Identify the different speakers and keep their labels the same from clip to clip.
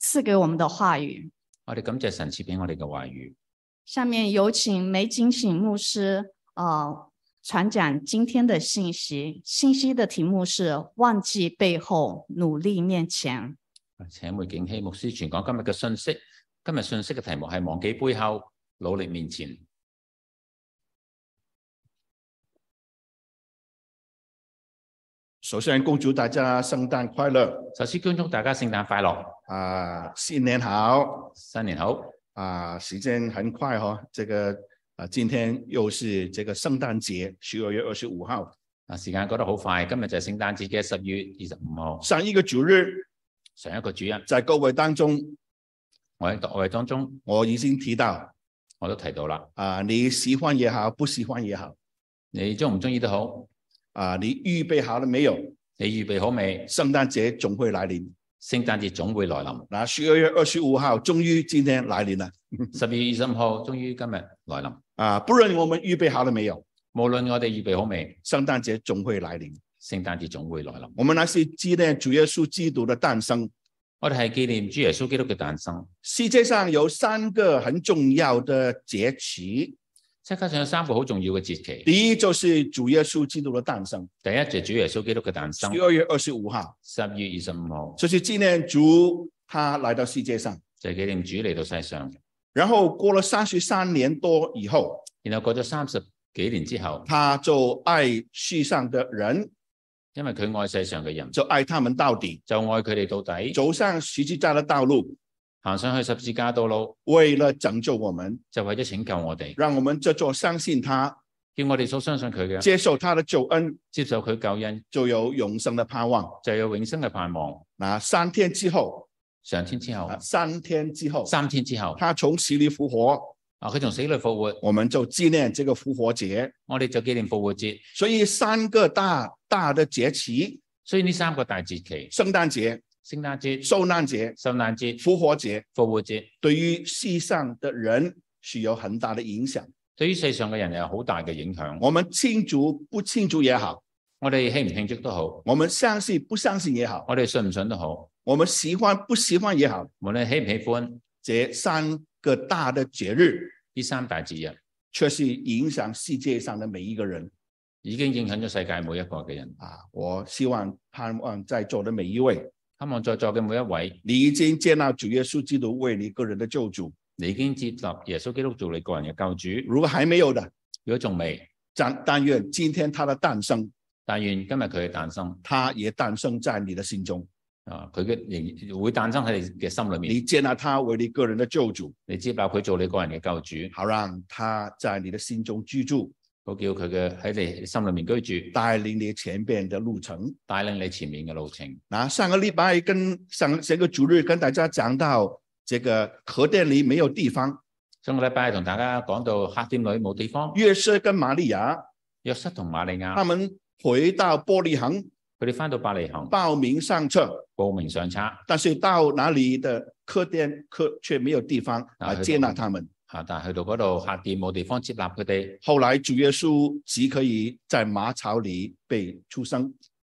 Speaker 1: 赐给我们的话语。
Speaker 2: 我哋感謝神賜俾我哋嘅話語。
Speaker 1: 下面有请梅景醒牧师呃传讲今天的信息。信息的题目是“忘记背后，努力面前
Speaker 2: 請梅景希牧師傳講今日嘅信息。今日信息嘅題目係忘記背後，努力面前。
Speaker 3: 首先恭祝大家圣诞快乐
Speaker 2: 首先恭祝大家聖誕快樂，
Speaker 3: 啊、新年好
Speaker 2: 新年好。
Speaker 3: 啊、时间很快哦，这个啊、今天又是这个圣诞节，十二月二十五号，
Speaker 2: 啊，時間過得好快，今日就係聖誕節嘅十月二十五號。
Speaker 3: 上一个主日
Speaker 2: 上一個主日，
Speaker 3: 在各位当中，
Speaker 2: 我喺我哋當中
Speaker 3: 我已经提到
Speaker 2: 我都提到啦，
Speaker 3: 啊、你喜欢也好，不喜欢也好，
Speaker 2: 你中唔中意都好，
Speaker 3: 啊、你预备好了没有？
Speaker 2: 你預備好未？
Speaker 3: 圣诞节总会来临。
Speaker 2: 聖誕節總會來臨。
Speaker 3: 那十二月二十五号终于今天来临了
Speaker 2: 十二月二十五號終於今日來臨。
Speaker 3: 啊、不论我们预备好了没有，
Speaker 2: 無論我哋預備好未，
Speaker 3: 圣诞节总会来临。
Speaker 2: 聖誕節總會來臨。
Speaker 3: 我们那些纪念主耶稣基督的诞生。
Speaker 2: 我哋係紀念主耶穌基督嘅誕生。
Speaker 3: 世界上有三个很重要的节期，
Speaker 2: 世界上有三個好重要嘅節期，
Speaker 3: 第一就是主耶稣基督的诞生，
Speaker 2: 第一就係主耶穌基督嘅誕生
Speaker 3: 十，二月二十五号，
Speaker 2: 十二月二十五號
Speaker 3: 就是纪念主他来到世界上。
Speaker 2: 就係紀念主嚟到世上。
Speaker 3: 然后过了三十三年多以后，
Speaker 2: 然後過咗三十幾年之後，
Speaker 3: 他就爱世上的人，
Speaker 2: 因為佢愛世上嘅人，
Speaker 3: 就爱他们到底，
Speaker 2: 就愛佢哋到底，
Speaker 3: 走上十字架的道路，
Speaker 2: 行上去十字架道路，
Speaker 3: 为了拯救我们，
Speaker 2: 就為咗拯救我哋，
Speaker 3: 让我们这座相信他、
Speaker 2: 叫我哋所相信佢嘅，
Speaker 3: 接受他的救恩，
Speaker 2: 接受佢救恩，
Speaker 3: 就有永生的盼望。
Speaker 2: 就有永生嘅盼望。
Speaker 3: 那三天之后，
Speaker 2: 上天之後，
Speaker 3: 啊三天之后，
Speaker 2: 三天之後，
Speaker 3: 他从死里复活，
Speaker 2: 啊，佢從死裏復活，
Speaker 3: 我们就纪念这个复活节。
Speaker 2: 我哋就紀念復活節。
Speaker 3: 所以三个大大的节期：
Speaker 2: 所以呢三個大節期，
Speaker 3: 圣诞节、
Speaker 2: 聖誕節、
Speaker 3: 受难节、
Speaker 2: 受難節、
Speaker 3: 复活节，
Speaker 2: 復活節，
Speaker 3: 对于世上的人是有很大的影响。
Speaker 2: 對於世上嘅人有好大嘅影響。
Speaker 3: 我们庆祝不庆祝也好，
Speaker 2: 我哋慶唔慶祝都好，
Speaker 3: 我们相信不相信也好，
Speaker 2: 我哋信唔信都好，
Speaker 3: 我们喜欢不喜欢也好，
Speaker 2: 無論喜唔喜歡，
Speaker 3: 这三个大的节日
Speaker 2: 呢三大節日
Speaker 3: 却是影响世界上的每一个人
Speaker 2: 已經影響咗世界每一個嘅人。
Speaker 3: 啊！我希望盼望在座的每一位，
Speaker 2: 希望在座嘅每一位，
Speaker 3: 你已经接纳主耶稣基督为你个人的救主，
Speaker 2: 你已經接納耶穌基督做你個人嘅救主。
Speaker 3: 如果还没有的，
Speaker 2: 如果仲未，
Speaker 3: 但但愿今天他的诞生，
Speaker 2: 但願今日佢嘅誕生
Speaker 3: 他也诞生在你的心中。
Speaker 2: 啊，佢嘅仍會誕生喺你嘅心裏面
Speaker 3: 你。接纳他为你个人的救主，
Speaker 2: 你接納佢做你個人嘅救主，
Speaker 3: 好让他在你的心中居住，
Speaker 2: 好叫佢嘅喺你心裏面居住，
Speaker 3: 带领你前面的路程。
Speaker 2: 帶領你前面嘅路程。
Speaker 3: 那上个礼拜跟上上个主日跟大家讲到这个核电里没有地方，
Speaker 2: 上個禮拜同大家講到黑店女冇地方，
Speaker 3: 约瑟跟玛利亚
Speaker 2: 約瑟同瑪利
Speaker 3: 他
Speaker 2: 亞
Speaker 3: 们回到玻璃行
Speaker 2: 佢哋翻到百利行
Speaker 3: 报名上册，
Speaker 2: 報名上冊
Speaker 3: 但是到哪里的核电科却没有地方
Speaker 2: 啊
Speaker 3: 来接纳他们。
Speaker 2: 啊，但係去到嗰度客店冇地方接納佢哋
Speaker 3: 后来主耶稣只可以在马槽里被出生。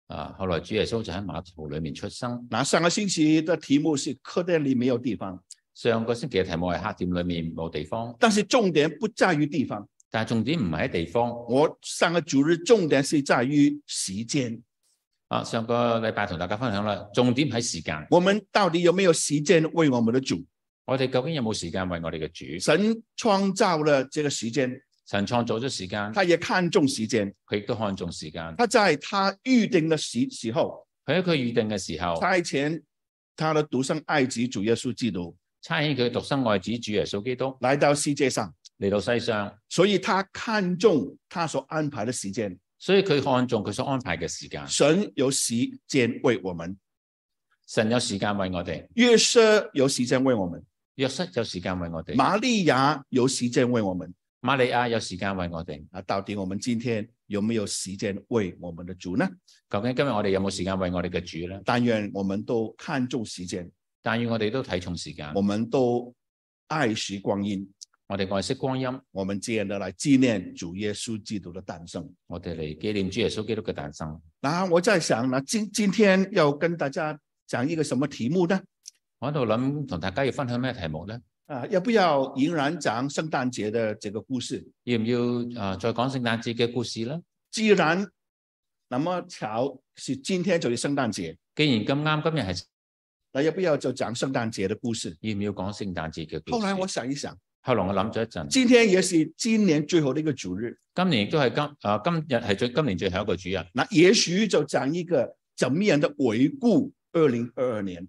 Speaker 2: 啊。後來主耶穌就喺馬槽裏面出生。
Speaker 3: 那上个星期的题目是客店里没有地方，
Speaker 2: 上個星期嘅題目係黑店裏面冇地方，
Speaker 3: 但是重点不在于地方。
Speaker 2: 但係重點唔係喺地方。
Speaker 3: 我上个主日重点是在于时间，
Speaker 2: 啊，上個禮拜同大家分享啦，重點喺時間。
Speaker 3: 我们到底有没有时间为我们的主？
Speaker 2: 我哋究竟有冇時間為我哋嘅主？
Speaker 3: 神创造了这个时间，
Speaker 2: 神創造咗時間，
Speaker 3: 他也看重时间。
Speaker 2: 佢亦都看重時間。
Speaker 3: 他在他预定的时时候
Speaker 2: 佢喺佢預定嘅時候，
Speaker 3: 差遣他的独生爱子主耶稣基督
Speaker 2: 差遣佢獨生愛子主耶穌基督
Speaker 3: 来到世界上，
Speaker 2: 嚟到世上，
Speaker 3: 所以他看重他所安排的时间。
Speaker 2: 所以佢看重佢所安排嘅時間。
Speaker 3: 神有时间为我们，
Speaker 2: 神有時間為我哋，
Speaker 3: 约瑟有时间为我们，
Speaker 2: 約瑟有時間為我哋，
Speaker 3: 玛利亚有时间为我们。
Speaker 2: 瑪利亞有時間為我哋。
Speaker 3: 啊，到底我们今天有没有时间为我们的主呢？
Speaker 2: 究竟今日我哋有冇時間為我哋嘅主呢？
Speaker 3: 但愿我们都看重时间，
Speaker 2: 但願我哋都睇重時間
Speaker 3: 我，们都爱惜光阴，
Speaker 2: 我哋愛惜光陰，
Speaker 3: 我们这样的来纪念主耶稣基督的诞生。
Speaker 2: 我哋嚟紀念主耶穌基督嘅誕生。
Speaker 3: 那我在想呢，今今天要跟大家讲一个什么题目呢？
Speaker 2: 我喺度諗同大家要分享咩題目咧？
Speaker 3: 啊，要不要仍然讲圣诞节的这个故事？
Speaker 2: 要唔要啊、再講聖誕節嘅故事咧？
Speaker 3: 既然那么巧是今天就是圣诞节，
Speaker 2: 既然咁啱今日係，
Speaker 3: 那要不要就讲圣诞节的故事？
Speaker 2: 要唔要講聖誕節嘅故
Speaker 3: 后
Speaker 2: 事？
Speaker 3: 来我想一想，
Speaker 2: 後來我諗咗一陣，
Speaker 3: 今天也是今年最后的一个主日，
Speaker 2: 今年亦都係今啊、今日係最今年最後一個主日。
Speaker 3: 那也许就讲一个怎么样的回顾二零二二年，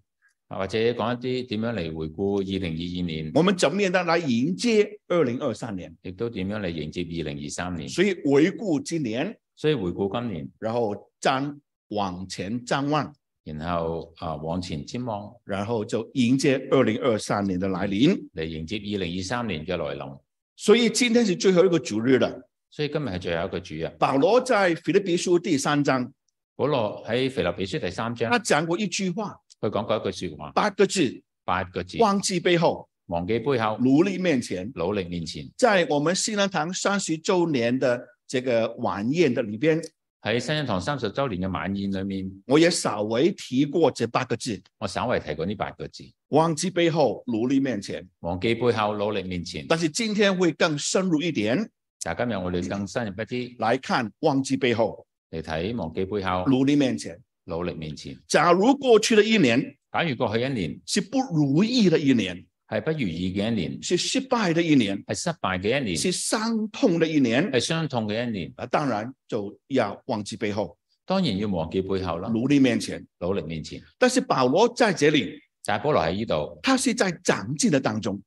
Speaker 2: 啊或者講一啲點樣嚟回顧二零二二年，
Speaker 3: 我们怎么样的来迎接二零二三年。
Speaker 2: 亦都點樣嚟迎接二零二三年。
Speaker 3: 所以回顾今年，
Speaker 2: 所以回顧今年，
Speaker 3: 然后展往前展望，
Speaker 2: 然後啊、往前瞻望
Speaker 3: 然后就迎接二零二三年的来临。
Speaker 2: 嚟迎接二零二三年嘅來臨。
Speaker 3: 所以今天是最后一个主日了。
Speaker 2: 所以今日係最後一個主日。
Speaker 3: 保罗在腓立比书第三章，
Speaker 2: 保羅喺腓立比書第三章
Speaker 3: 他，讲过一句话，
Speaker 2: 佢講過一句说話，
Speaker 3: 八个字：
Speaker 2: 八個字：
Speaker 3: 忘记背后，
Speaker 2: 忘記背後，
Speaker 3: 努力面前。
Speaker 2: 努力面前。
Speaker 3: 在我们新南堂三十周年的这个晚宴的里边，
Speaker 2: 喺新恩堂三十週年嘅晚宴裏面，
Speaker 3: 我也稍微提过这八个字：
Speaker 2: 我稍為提過呢八個字：
Speaker 3: 忘记背后，努力面前。
Speaker 2: 忘記背後，努力面前。
Speaker 3: 但是今天会更深入一点
Speaker 2: 但今日我哋更深入一啲
Speaker 3: 来看，忘记背后，
Speaker 2: 嚟睇忘記背後，
Speaker 3: 努力面前。
Speaker 2: 努力面前。
Speaker 3: 假如过去的一年
Speaker 2: 假如過去一年
Speaker 3: 是不如意的一年，
Speaker 2: 係不如意嘅一年，
Speaker 3: 是失败的一年，
Speaker 2: 係失敗嘅一年，
Speaker 3: 是伤痛的一年，
Speaker 2: 係傷痛嘅一年，
Speaker 3: 啊，当然就要忘记背后，
Speaker 2: 當然要忘記背後啦，
Speaker 3: 努力面前。
Speaker 2: 努力面前。
Speaker 3: 但是保罗在这里，
Speaker 2: 但係保羅喺呢度，
Speaker 3: 他是在长进的当中，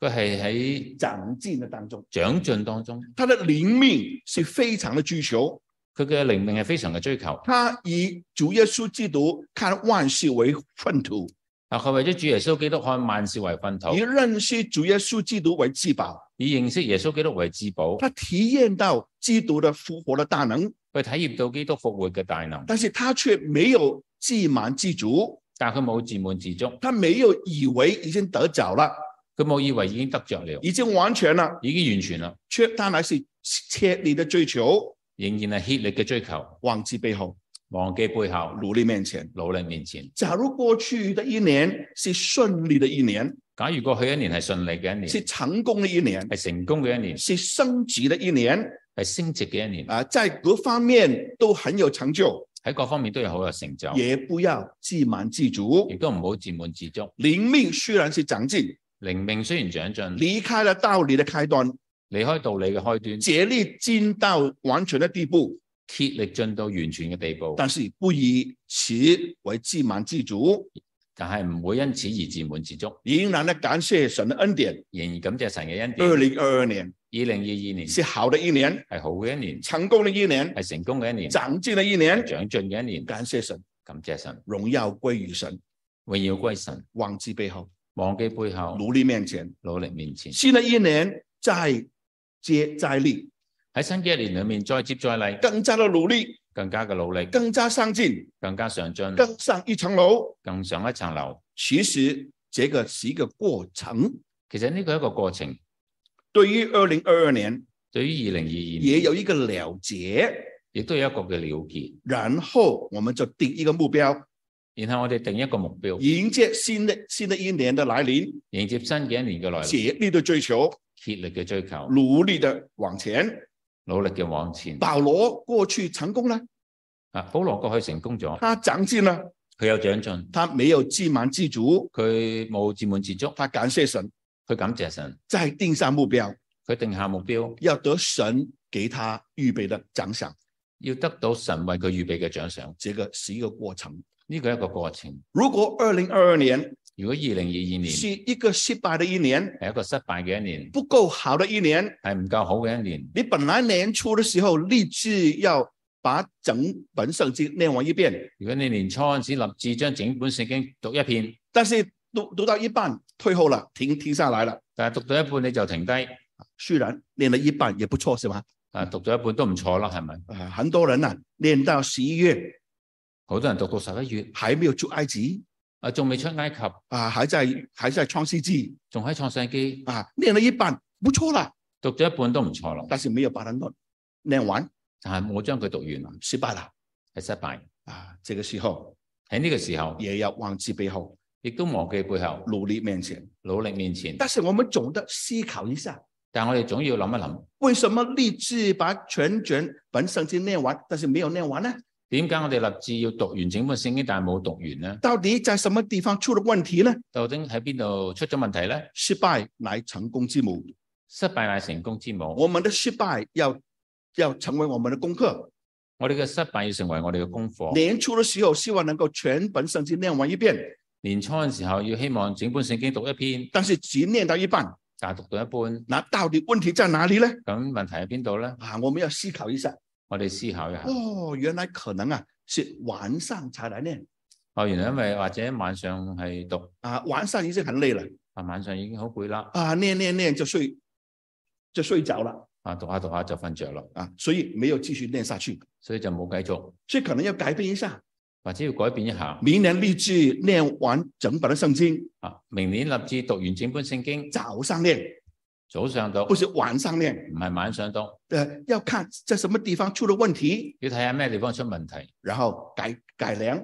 Speaker 2: 佢係喺
Speaker 3: 长进的当中，
Speaker 2: 長進當中，
Speaker 3: 他的灵命是非常的追求，
Speaker 2: 佢嘅靈命係非常嘅追求。
Speaker 3: 他以主耶稣基督看万事为粪土，
Speaker 2: 啊，佢為咗主耶穌基督看萬事為糞土
Speaker 3: 以，认识主耶稣基督为至宝。
Speaker 2: 以認識耶穌基督為至寶。
Speaker 3: 他体验到基督的复活的大能，
Speaker 2: 佢體驗到基督復活嘅大能，
Speaker 3: 但是他却没有自满自足，
Speaker 2: 但係佢冇自滿自足，
Speaker 3: 他没有以为已经得着了，
Speaker 2: 佢冇以為已經得着了，
Speaker 3: 已经完全了，
Speaker 2: 已經完全啦，
Speaker 3: 却他还是切力的追求，
Speaker 2: 仍然係竭力嘅追求，
Speaker 3: 忘记背后，
Speaker 2: 忘記背後，
Speaker 3: 努力面前。
Speaker 2: 努力面前。
Speaker 3: 假如过去的一年是顺利的一年，
Speaker 2: 假如過去一年係順利嘅一年，
Speaker 3: 是成功的一年，
Speaker 2: 係成功嘅一年，
Speaker 3: 是升级的一年，
Speaker 2: 係升值嘅一年，
Speaker 3: 啊，在各方面都很有成就，
Speaker 2: 喺各方面都有好有成就，
Speaker 3: 也不要自满自足
Speaker 2: 亦。都唔好自滿自足。
Speaker 3: 灵命虽然是长进，
Speaker 2: 靈命雖然長進，
Speaker 3: 离开了道理的开端，
Speaker 2: 離開道理嘅開端，
Speaker 3: 竭力进到完全的地步，
Speaker 2: 竭力進到完全嘅地步，
Speaker 3: 但是不以此为自满自足，
Speaker 2: 但係唔會因此而自滿自足。
Speaker 3: 仍然的感谢神的恩典。
Speaker 2: 仍然感謝神嘅恩典。
Speaker 3: 二
Speaker 2: 二
Speaker 3: 零二二年
Speaker 2: 零二二年
Speaker 3: 嗯是好的一年，
Speaker 2: 係好嘅一年，
Speaker 3: 成功的一年，
Speaker 2: 係成功嘅一年，
Speaker 3: 长进的一年
Speaker 2: 係，長進嘅一年。
Speaker 3: 感谢神，
Speaker 2: 感謝神，
Speaker 3: 荣耀归于神，
Speaker 2: 榮耀歸神，
Speaker 3: 忘记背后，
Speaker 2: 忘記背後，
Speaker 3: 努力面前。
Speaker 2: 努力面前。
Speaker 3: 新的一年再接再厉，
Speaker 2: 喺新嘅一年裏面，再接再厲，
Speaker 3: 更加的努力，
Speaker 2: 更加嘅努力，
Speaker 3: 更加上进，
Speaker 2: 更加上進，
Speaker 3: 更上一层楼。
Speaker 2: 更上一層樓。
Speaker 3: 其实这个是一个过程。
Speaker 2: 其實呢個係一個過程，
Speaker 3: 对于二零二二年
Speaker 2: 對於二零二二年
Speaker 3: 也有一个了结，
Speaker 2: 亦都有一個嘅了結。
Speaker 3: 然后我们就定一个目标，
Speaker 2: 然後我哋定一個目標，
Speaker 3: 迎接新的新的一年的来临，
Speaker 2: 迎接新嘅一年嘅來臨，
Speaker 3: 竭力的追求，
Speaker 2: 竭力嘅追求，
Speaker 3: 努力的往前。
Speaker 2: 努力嘅往前。
Speaker 3: 保罗过去成功了，
Speaker 2: 啊，保羅過去成功咗，
Speaker 3: 他长进了，
Speaker 2: 佢有長進，
Speaker 3: 他没有自满自足，
Speaker 2: 佢冇自滿自足，
Speaker 3: 他感谢神，
Speaker 2: 佢感謝神，
Speaker 3: 再定下目标，
Speaker 2: 佢定下目標，
Speaker 3: 要得神给他预备的奖赏。
Speaker 2: 要得到神為佢預備嘅獎賞。
Speaker 3: 这个是一个过程。
Speaker 2: 呢個係一個過程。
Speaker 3: 如果二零二二年
Speaker 2: 如果二零二二年
Speaker 3: 是
Speaker 2: 係
Speaker 3: 一个失败的一年，
Speaker 2: 一個失敗嘅一年，
Speaker 3: 不够好的一年，
Speaker 2: 係唔夠好嘅一年，
Speaker 3: 你本来年初的时候立志要把整本圣经念完一遍，
Speaker 2: 如果你年初嗰陣時立志將整本聖經讀一遍，
Speaker 3: 但是读读到一半退后了，停停下来了。
Speaker 2: 但係讀到一半你就停低，
Speaker 3: 虽然念了一半也不错，是吧？
Speaker 2: 啊讀到一半都唔錯啦，係咪？
Speaker 3: 呃，很多人呢、念到十一月
Speaker 2: 好多人讀到十一月，
Speaker 3: 还没有出埃及
Speaker 2: 啊仲未出埃及，
Speaker 3: 啊，还在还在创世纪
Speaker 2: 仲喺創世記
Speaker 3: 啊，念了一半不错了，
Speaker 2: 讀咗一半都唔錯啦，
Speaker 3: 但是没有把它弄念完，
Speaker 2: 但係冇將佢讀完，啊
Speaker 3: 失败了
Speaker 2: 係失敗。
Speaker 3: 啊。这个时候
Speaker 2: 喺呢個時候
Speaker 3: 也要忘记背后，
Speaker 2: 亦都忘記背後，
Speaker 3: 努力面前。
Speaker 2: 努力面前。
Speaker 3: 但是我们总得思考一下，
Speaker 2: 但我哋總要諗一諗，
Speaker 3: 为什么立志把全卷本圣经念完，但是没有念完呢？
Speaker 2: 點解我哋立志要讀完整本聖經，但係冇讀完呢？
Speaker 3: 到底在什么地方出了问题呢？
Speaker 2: 究竟喺邊度出咗問題呢？
Speaker 3: 失败乃成功之母。
Speaker 2: 失敗乃成功之母。
Speaker 3: 我们的失败要要成为我们的功课。
Speaker 2: 我哋嘅失敗要成為我哋嘅功課。
Speaker 3: 年初的时候，希望能够全本圣经念完一遍，
Speaker 2: 年初嘅時候要希望整本聖經讀一篇，
Speaker 3: 但是只念到一半，
Speaker 2: 但係讀到一半，
Speaker 3: 那到底问题在哪里呢？
Speaker 2: 咁問題喺邊度呢？
Speaker 3: 啊，我们要思考一下。
Speaker 2: 我哋思考一下。
Speaker 3: 哦，原来可能啊是晚上才来念
Speaker 2: 哦，原來因為或者晚上係讀，
Speaker 3: 啊，晚上已经很累了
Speaker 2: 啊晚上已經好攰啦，
Speaker 3: 啊，念念念就睡就睡着了
Speaker 2: 啊讀下讀下就瞓着咯，
Speaker 3: 啊，所以沒有继续念下去，
Speaker 2: 所以就冇繼續，
Speaker 3: 所以可能要改变一下，
Speaker 2: 或者要改變一下。
Speaker 3: 明年立志念完整本的圣经，
Speaker 2: 啊，明年立志讀完整本聖經，
Speaker 3: 早上念
Speaker 2: 早上讀，
Speaker 3: 不
Speaker 2: 唔
Speaker 3: 是晚上念，
Speaker 2: 係晚上讀，
Speaker 3: 呃，要看在什么地方出了问题，
Speaker 2: 要睇下咩地方出問題，
Speaker 3: 然后改改良、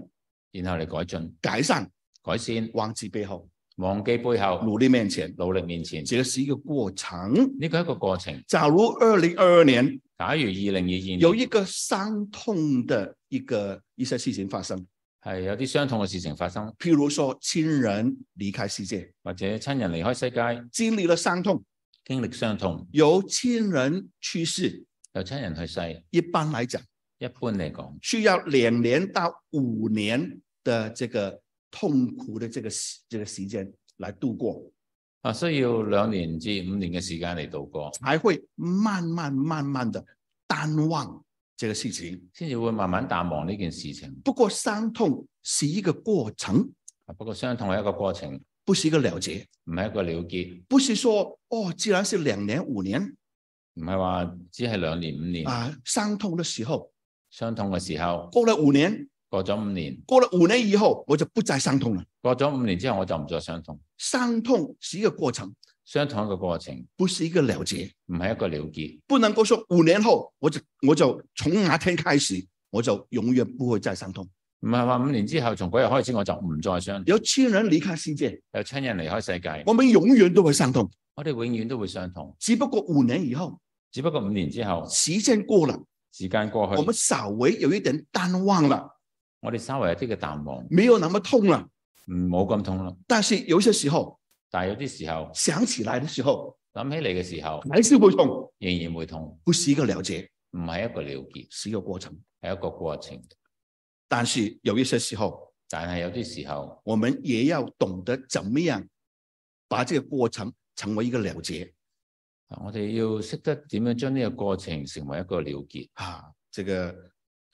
Speaker 2: 然後你改進、
Speaker 3: 改善，
Speaker 2: 改善，
Speaker 3: 忘记背后，
Speaker 2: 忘記背後，
Speaker 3: 努力面前，
Speaker 2: 努力面前。
Speaker 3: 这个是一个过程。
Speaker 2: 呢個係一個過程。
Speaker 3: 假如二零二二年
Speaker 2: 假如二零二二年
Speaker 3: 有一个伤痛的一个一些事情发生，
Speaker 2: 係有啲傷痛嘅事情發生，
Speaker 3: 譬如说亲人离开世界，
Speaker 2: 或者親人離開世界，
Speaker 3: 经历了伤痛，
Speaker 2: 經歷傷痛，
Speaker 3: 由亲人去世，
Speaker 2: 有親人去世，
Speaker 3: 一般来讲
Speaker 2: 一般嚟講
Speaker 3: 需要两年到五年的这个痛苦的这个时这个时间来度过，
Speaker 2: 啊，需要兩年至五年嘅時間嚟度過，
Speaker 3: 才会慢慢慢慢的淡忘这个事情。
Speaker 2: 先至會慢慢淡忘呢件事情。
Speaker 3: 不过伤痛是一个过程，
Speaker 2: 啊不過傷痛係一個過程，
Speaker 3: 不是一个了结，
Speaker 2: 唔係一個了結，
Speaker 3: 不是说哦，既然是两年五年
Speaker 2: 唔係話只係兩年五年。
Speaker 3: 啊，伤痛的时候
Speaker 2: 傷痛嘅時候
Speaker 3: 过了五年，
Speaker 2: 過咗五年，
Speaker 3: 过了五年以后，我就不再伤痛了。
Speaker 2: 過咗五年之後我就唔再傷痛。
Speaker 3: 伤痛是一个过程，
Speaker 2: 傷痛嘅過程
Speaker 3: 不是一个了结，
Speaker 2: 唔係一個了結，
Speaker 3: 不能够说五年后我就我就从那天开始我就永远不会再伤痛。
Speaker 2: 唔係話五年之後從嗰日開始我就唔再傷痛。
Speaker 3: 有亲人离开世界，
Speaker 2: 有親人離開世界，
Speaker 3: 我们永远都会伤痛，
Speaker 2: 我哋永遠都會傷痛。
Speaker 3: 只不过五年以后，
Speaker 2: 只不過五年之後，
Speaker 3: 时间过了，
Speaker 2: 時間過
Speaker 3: 我们
Speaker 2: 去，
Speaker 3: 稍微有一点淡忘了，
Speaker 2: 我哋稍微有啲嘅淡忘，
Speaker 3: 没有那么痛了。
Speaker 2: 唔冇咁痛啦。
Speaker 3: 但是有些时候
Speaker 2: 但係有啲時候
Speaker 3: 想起来的时候，
Speaker 2: 諗起嚟嘅時候，
Speaker 3: 还是会痛，
Speaker 2: 仍然會痛，
Speaker 3: 不是一个了结，
Speaker 2: 唔係一個了結，
Speaker 3: 是一个过程。
Speaker 2: 係一個過程。
Speaker 3: 但是有一些时候，
Speaker 2: 但係有啲時候，
Speaker 3: 我们也要懂得怎么样把这个过程成为一个了结
Speaker 2: 我哋要識得點樣將呢個過程成為一個了結。
Speaker 3: 啊。这个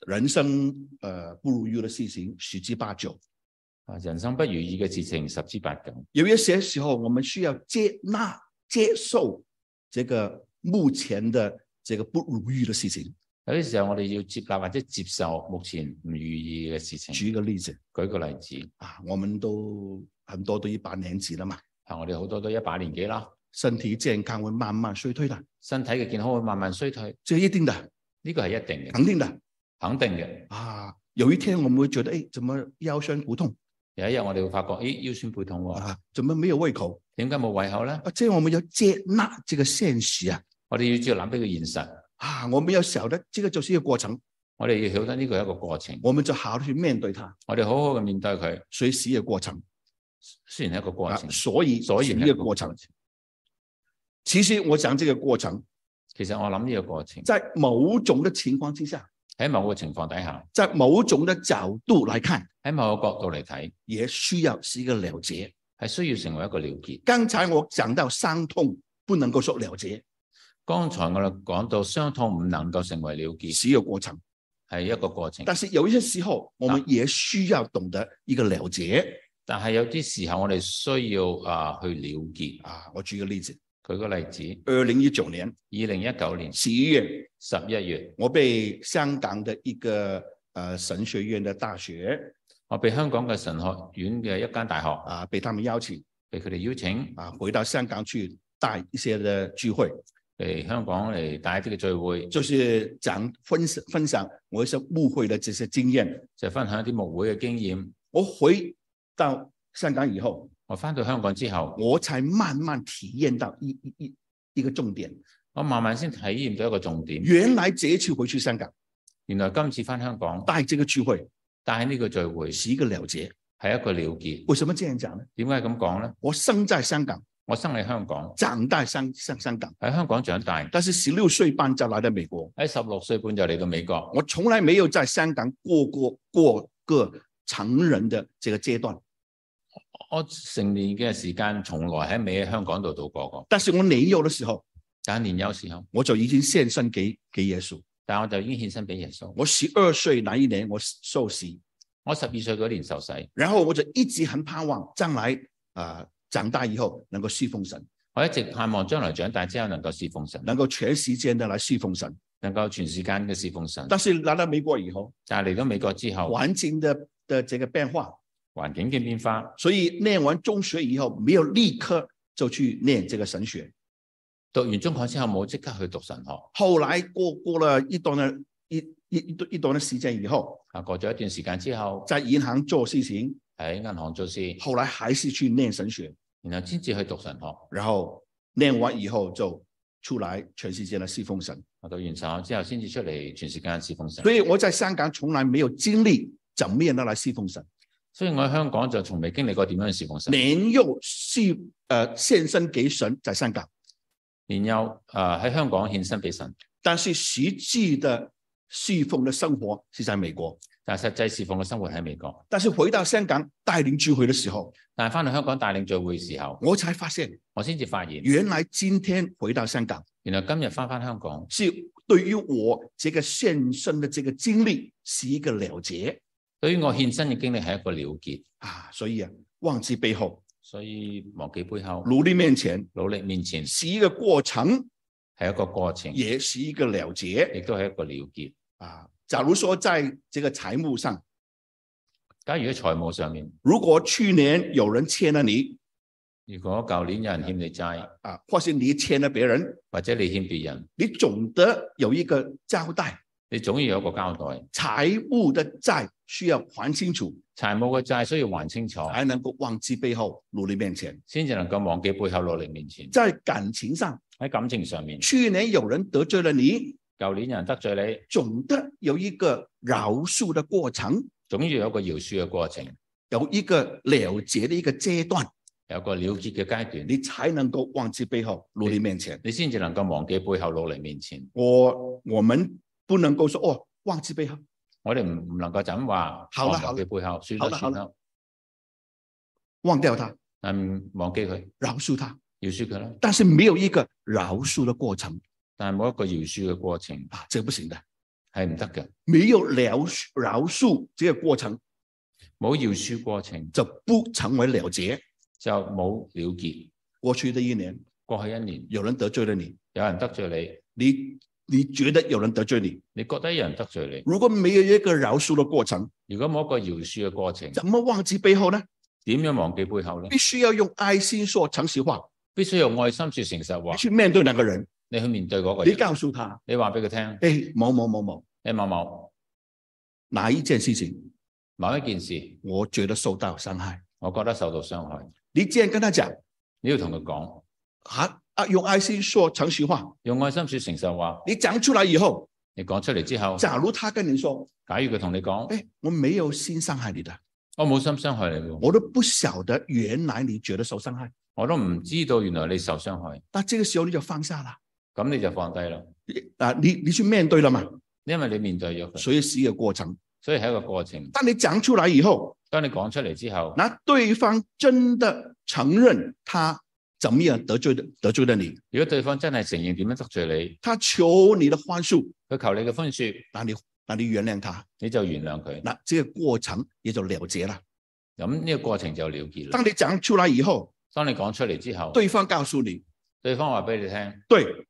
Speaker 3: 人生呃不如意的事情十之八九，
Speaker 2: 啊，人生不如意嘅事情十之八九，
Speaker 3: 有一些时候我们需要接纳、接受这个目前的这个不如意的事情。
Speaker 2: 有啲時候我哋要接納或者接受目前唔如意嘅事情。
Speaker 3: 举一个例子
Speaker 2: 舉個例子，
Speaker 3: 啊，我们都很多都一把年纪了嘛，
Speaker 2: 啊，我哋好多都一把年紀啦，
Speaker 3: 身体健康会慢慢衰退的，
Speaker 2: 身體嘅健康會慢慢衰退，
Speaker 3: 这一定的，
Speaker 2: 呢個係一定嘅，
Speaker 3: 肯定的
Speaker 2: 肯定嘅。
Speaker 3: 啊。有一天我们会觉得，哎，怎么腰酸骨痛
Speaker 2: 有一日我哋會發覺，咦，腰酸背痛喎，
Speaker 3: 啊？怎么没有胃口？
Speaker 2: 點解冇胃口咧？
Speaker 3: 啊，这我们要接纳这个现实啊，
Speaker 2: 我哋要接納呢個現實，
Speaker 3: 啊，我们要晓得这个就是一个过程，
Speaker 2: 我哋要曉得呢個係一個過程，
Speaker 3: 我们就好好地去面对它，
Speaker 2: 我哋好好咁面對佢。
Speaker 3: 所以是一个过程
Speaker 2: 雖然係一個過
Speaker 3: 啊
Speaker 2: 程，，
Speaker 3: 所以
Speaker 2: 所以
Speaker 3: 是
Speaker 2: 係
Speaker 3: 一個过程。。其实我讲这个过程，
Speaker 2: 其實我諗呢個過程
Speaker 3: 在某種的情况之下，
Speaker 2: 喺某個情況底下，
Speaker 3: 在某種的角度来看，
Speaker 2: 喺某個角度嚟睇，
Speaker 3: 也需要是一个了结。
Speaker 2: 係需要成為一個了結。
Speaker 3: 刚才我讲到伤痛不能够说了结，
Speaker 2: 剛才我哋講到傷痛唔能夠成為了結，
Speaker 3: 是一个过程，
Speaker 2: 係一個過程。
Speaker 3: 但是有一些时候，我们也需要懂得一个了结
Speaker 2: 但係有啲時候我哋需要啊去了結。
Speaker 3: 啊。我举个例子，
Speaker 2: 舉個例子，
Speaker 3: 二零一九年
Speaker 2: 二零一九年
Speaker 3: 十一月，
Speaker 2: 十一月，
Speaker 3: 我被香港的一个呃神学院的大学
Speaker 2: 我被香港嘅神學院嘅一間大學
Speaker 3: 啊，被他们邀请
Speaker 2: 被佢哋邀請
Speaker 3: 啊，回到香港去带一些的聚会，
Speaker 2: 嚟香港嚟帶一啲嘅聚會，
Speaker 3: 就是讲分享分享我一些误会的这些经验。
Speaker 2: 就分享一啲牧會嘅經驗。
Speaker 3: 我回到香港以后，
Speaker 2: 我翻到香港之後，
Speaker 3: 我才慢慢体验到一一一一个重點，
Speaker 2: 我慢慢先體驗到一個重點。
Speaker 3: 原來这一次回去香港
Speaker 2: 原來今次翻香港，
Speaker 3: 帶这个聚会
Speaker 2: 帶呢個聚會
Speaker 3: 是一個了结。
Speaker 2: 係一個了結。
Speaker 3: 為什麼這樣講呢？
Speaker 2: 點解咁講呢？
Speaker 3: 我生在香港，
Speaker 2: 我生喺香港，
Speaker 3: 長大香香香港，
Speaker 2: 喺香港長大，
Speaker 3: 但是十六歲半就來到美國，
Speaker 2: 喺十六歲半就嚟到美國。
Speaker 3: 我從來沒有在香港過過過個成人的這個階段。
Speaker 2: 我成年嘅時間從來喺未喺香港度度過過，
Speaker 3: 但是我年幼的時候，
Speaker 2: 但年幼時候，
Speaker 3: 我就已經獻身給給耶穌。
Speaker 2: 但我就已經獻身俾耶穌。
Speaker 3: 我十二歲那一年，我受洗，
Speaker 2: 我十二歲嗰年受洗，
Speaker 3: 然後我就一直很盼望將來啊、呃長大以後能夠侍奉神，
Speaker 2: 我一直盼望將來長大之後能夠侍奉神，
Speaker 3: 能夠全時間的來侍奉神。
Speaker 2: 能夠全時間嘅侍奉神。
Speaker 3: 但是來到美國以後，
Speaker 2: 但係嚟到美國之後，
Speaker 3: 環境的的這個變化，
Speaker 2: 環境嘅變化，
Speaker 3: 所以念完中學以後，沒有立刻就去念這個神學。
Speaker 2: 讀完中學之後冇即刻去讀神學，
Speaker 3: 後來過過了一段的一一一段一段的時間以後，
Speaker 2: 啊過咗一段時間之後
Speaker 3: 在銀行做事情，
Speaker 2: 喺銀行做事，
Speaker 3: 後來還是去念神學，
Speaker 2: 然後先至去讀神學。
Speaker 3: 然後念完以後就出來全世界來侍奉神。
Speaker 2: 我讀完神學之後先至出嚟全時間侍奉神
Speaker 3: 所。以我在香港從來沒有經歷怎麼樣的來侍奉神，
Speaker 2: 所以我喺香港就從未經歷過點樣侍奉神。
Speaker 3: 年幼是呃獻身給神在香港，
Speaker 2: 年幼啊喺香港獻身俾神，
Speaker 3: 但是實際的侍奉的生活是在美國。
Speaker 2: 但係實際侍奉嘅生活喺美國。
Speaker 3: 但是回到香港帶領聚會的時候，
Speaker 2: 但係翻到香港帶領聚會嘅時候，
Speaker 3: 我才發現
Speaker 2: 我先至發現，
Speaker 3: 原來今天回到香港
Speaker 2: 原來今日翻翻香港
Speaker 3: 是對於我這個獻身的這個經歷是一個了結
Speaker 2: 對於我獻身嘅經歷係一個了結，
Speaker 3: 啊，所以啊，忘記背後，
Speaker 2: 所以忘記背後，
Speaker 3: 努力面前
Speaker 2: 努力面前
Speaker 3: 是一個過程，
Speaker 2: 係一個過程，
Speaker 3: 也是一個了結
Speaker 2: 亦都係一個了結。
Speaker 3: 啊。假如說在這個財務上，
Speaker 2: 假如喺財務上面，
Speaker 3: 如果去年有人欠了你
Speaker 2: 如果舊年有人欠你債，
Speaker 3: 啊，或是你欠了別人，
Speaker 2: 或者你欠別人，
Speaker 3: 你總得有一個交代，
Speaker 2: 你總要有一個交代。
Speaker 3: 財務的債需要還清楚，
Speaker 2: 財務嘅債需要還清楚，
Speaker 3: 才能夠忘記背後，努力面前。
Speaker 2: 先至能夠忘記背後努力面前。
Speaker 3: 在感情上，
Speaker 2: 喺感情上面，
Speaker 3: 去年有人得罪了你，
Speaker 2: 舊年有人得罪你，
Speaker 3: 总得有一个饶恕的过程，
Speaker 2: 總要有一個饒恕嘅過程，
Speaker 3: 有一个了结的一個階段，
Speaker 2: 有個了結嘅階段，
Speaker 3: 你才能夠忘記背後，努力面前。
Speaker 2: 你先至能夠忘記背後努力面前。
Speaker 3: 我我們不能夠說哦，忘記背後，
Speaker 2: 我哋唔唔能夠就咁話
Speaker 3: 好啦
Speaker 2: 哦忘記背後，算
Speaker 3: 好
Speaker 2: 啦
Speaker 3: 啦
Speaker 2: 算啦，
Speaker 3: 忘掉他，
Speaker 2: 嗯，忘記佢，
Speaker 3: 饶恕他，
Speaker 2: 饒恕佢啦。
Speaker 3: 但是沒有一個饶恕的過程
Speaker 2: 但係冇一個饒恕嘅過程
Speaker 3: 啊，這不行的。
Speaker 2: 係唔得嘅，
Speaker 3: 沒有了饶恕這個過程，
Speaker 2: 冇饒恕過程
Speaker 3: 就不成為了結。
Speaker 2: 就冇了結。
Speaker 3: 過去的一年，
Speaker 2: 過去一年
Speaker 3: 有人得罪了你，
Speaker 2: 有人得罪
Speaker 3: 你你覺得有人得罪你，
Speaker 2: 你，你覺得有人得罪你。
Speaker 3: 如果沒有一個饶恕的過程，
Speaker 2: 如果冇一個饒恕嘅過程，
Speaker 3: 怎麼忘記背後呢？
Speaker 2: 點樣忘記背後呢
Speaker 3: 必？須要用愛心說誠實話，
Speaker 2: 必須用愛心説誠實話
Speaker 3: 你，去面對那個人，
Speaker 2: 你去面對嗰個
Speaker 3: 你
Speaker 2: 人，
Speaker 3: 告訴他，
Speaker 2: 你話俾佢聽，
Speaker 3: 哎，某某某某，
Speaker 2: 誒某某
Speaker 3: 哪一件事情
Speaker 2: 某一件事，
Speaker 3: 我覺得受到傷害，
Speaker 2: 我覺得受到傷害，
Speaker 3: 你這樣跟他講，
Speaker 2: 你要同佢講，
Speaker 3: 啊啊，用愛心說誠實話，
Speaker 2: 用愛心説誠實話。
Speaker 3: 你講出來以後，
Speaker 2: 你講出嚟之後，
Speaker 3: 假如他跟你說，
Speaker 2: 假如佢同你講，
Speaker 3: 哎，我沒有心傷害你的，
Speaker 2: 我冇心傷害你喎，
Speaker 3: 我都不曉得原來你覺得受傷害，
Speaker 2: 我都唔知道原來你受傷害，
Speaker 3: 那這個時候你就放下了，
Speaker 2: 咁你就放低啦，
Speaker 3: 啊，你你去面對了嘛，
Speaker 2: 因為你面對咗佢，
Speaker 3: 所以是一個過程。
Speaker 2: 所以係一個過程。
Speaker 3: 當你講出來以後，
Speaker 2: 當你講出嚟之後，
Speaker 3: 那對方真的承認他怎麼樣得罪的得罪了你，
Speaker 2: 如果對方真係承認點樣得罪
Speaker 3: 他求你的寬恕，
Speaker 2: 你，佢求你嘅寬恕，
Speaker 3: 那你那你原諒他，
Speaker 2: 你就原諒佢，
Speaker 3: 那這個過程也就了結了。
Speaker 2: 咁呢個過程就了結啦
Speaker 3: 當。你講出來以後，
Speaker 2: 當你講出嚟之後，
Speaker 3: 對方告訴你，
Speaker 2: 對方話俾你聽，
Speaker 3: 對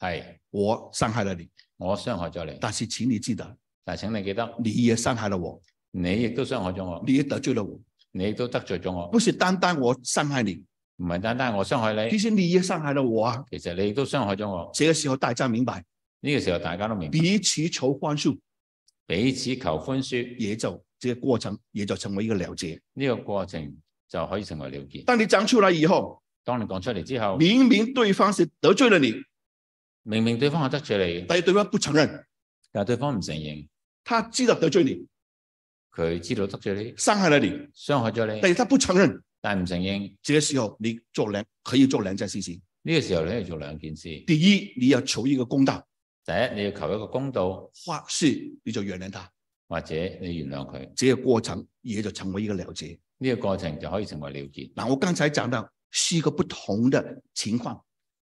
Speaker 2: 係
Speaker 3: 我傷害了你，
Speaker 2: 我傷害咗你，
Speaker 3: 但是請你記得，
Speaker 2: 但係請你記得，
Speaker 3: 你也傷害了我，
Speaker 2: 你亦都傷害咗我，
Speaker 3: 你也得罪了我，
Speaker 2: 你亦都得罪咗我，
Speaker 3: 不是單單我傷害你，
Speaker 2: 唔係單單係我傷害
Speaker 3: 其
Speaker 2: 你，
Speaker 3: 實你也傷害了我啊。
Speaker 2: 其實你亦都傷害咗我。
Speaker 3: 這個時候大家明白，
Speaker 2: 呢、個時候大家都明白，
Speaker 3: 彼此求寬恕，
Speaker 2: 彼此求寬恕，
Speaker 3: 也就這個過程也就成為一個了結。
Speaker 2: 呢、個過程就可以成為了結。
Speaker 3: 当你讲出来以后，
Speaker 2: 當你講出嚟之後，
Speaker 3: 明明对方是得罪了你，
Speaker 2: 明明對方係得罪你，
Speaker 3: 但是对方不承认，
Speaker 2: 但係對方唔承認，
Speaker 3: 他知道得罪你，
Speaker 2: 佢知道得罪你，
Speaker 3: 伤害了你，
Speaker 2: 傷害咗
Speaker 3: 但
Speaker 2: 你，
Speaker 3: 是他不承认。
Speaker 2: 但係唔承認。
Speaker 3: 这个时候你做两可以做两件事情：
Speaker 2: 呢、個時候你要做兩件事，第
Speaker 3: 第一，你要求一个公道，
Speaker 2: 一你要求一個公道，
Speaker 3: 或是你就原谅他，
Speaker 2: 或者你原諒佢，
Speaker 3: 这个过程也就成为一个了结。
Speaker 2: 呢、個過程就可以成為了結。
Speaker 3: 那我刚才讲到是一个不同的情况。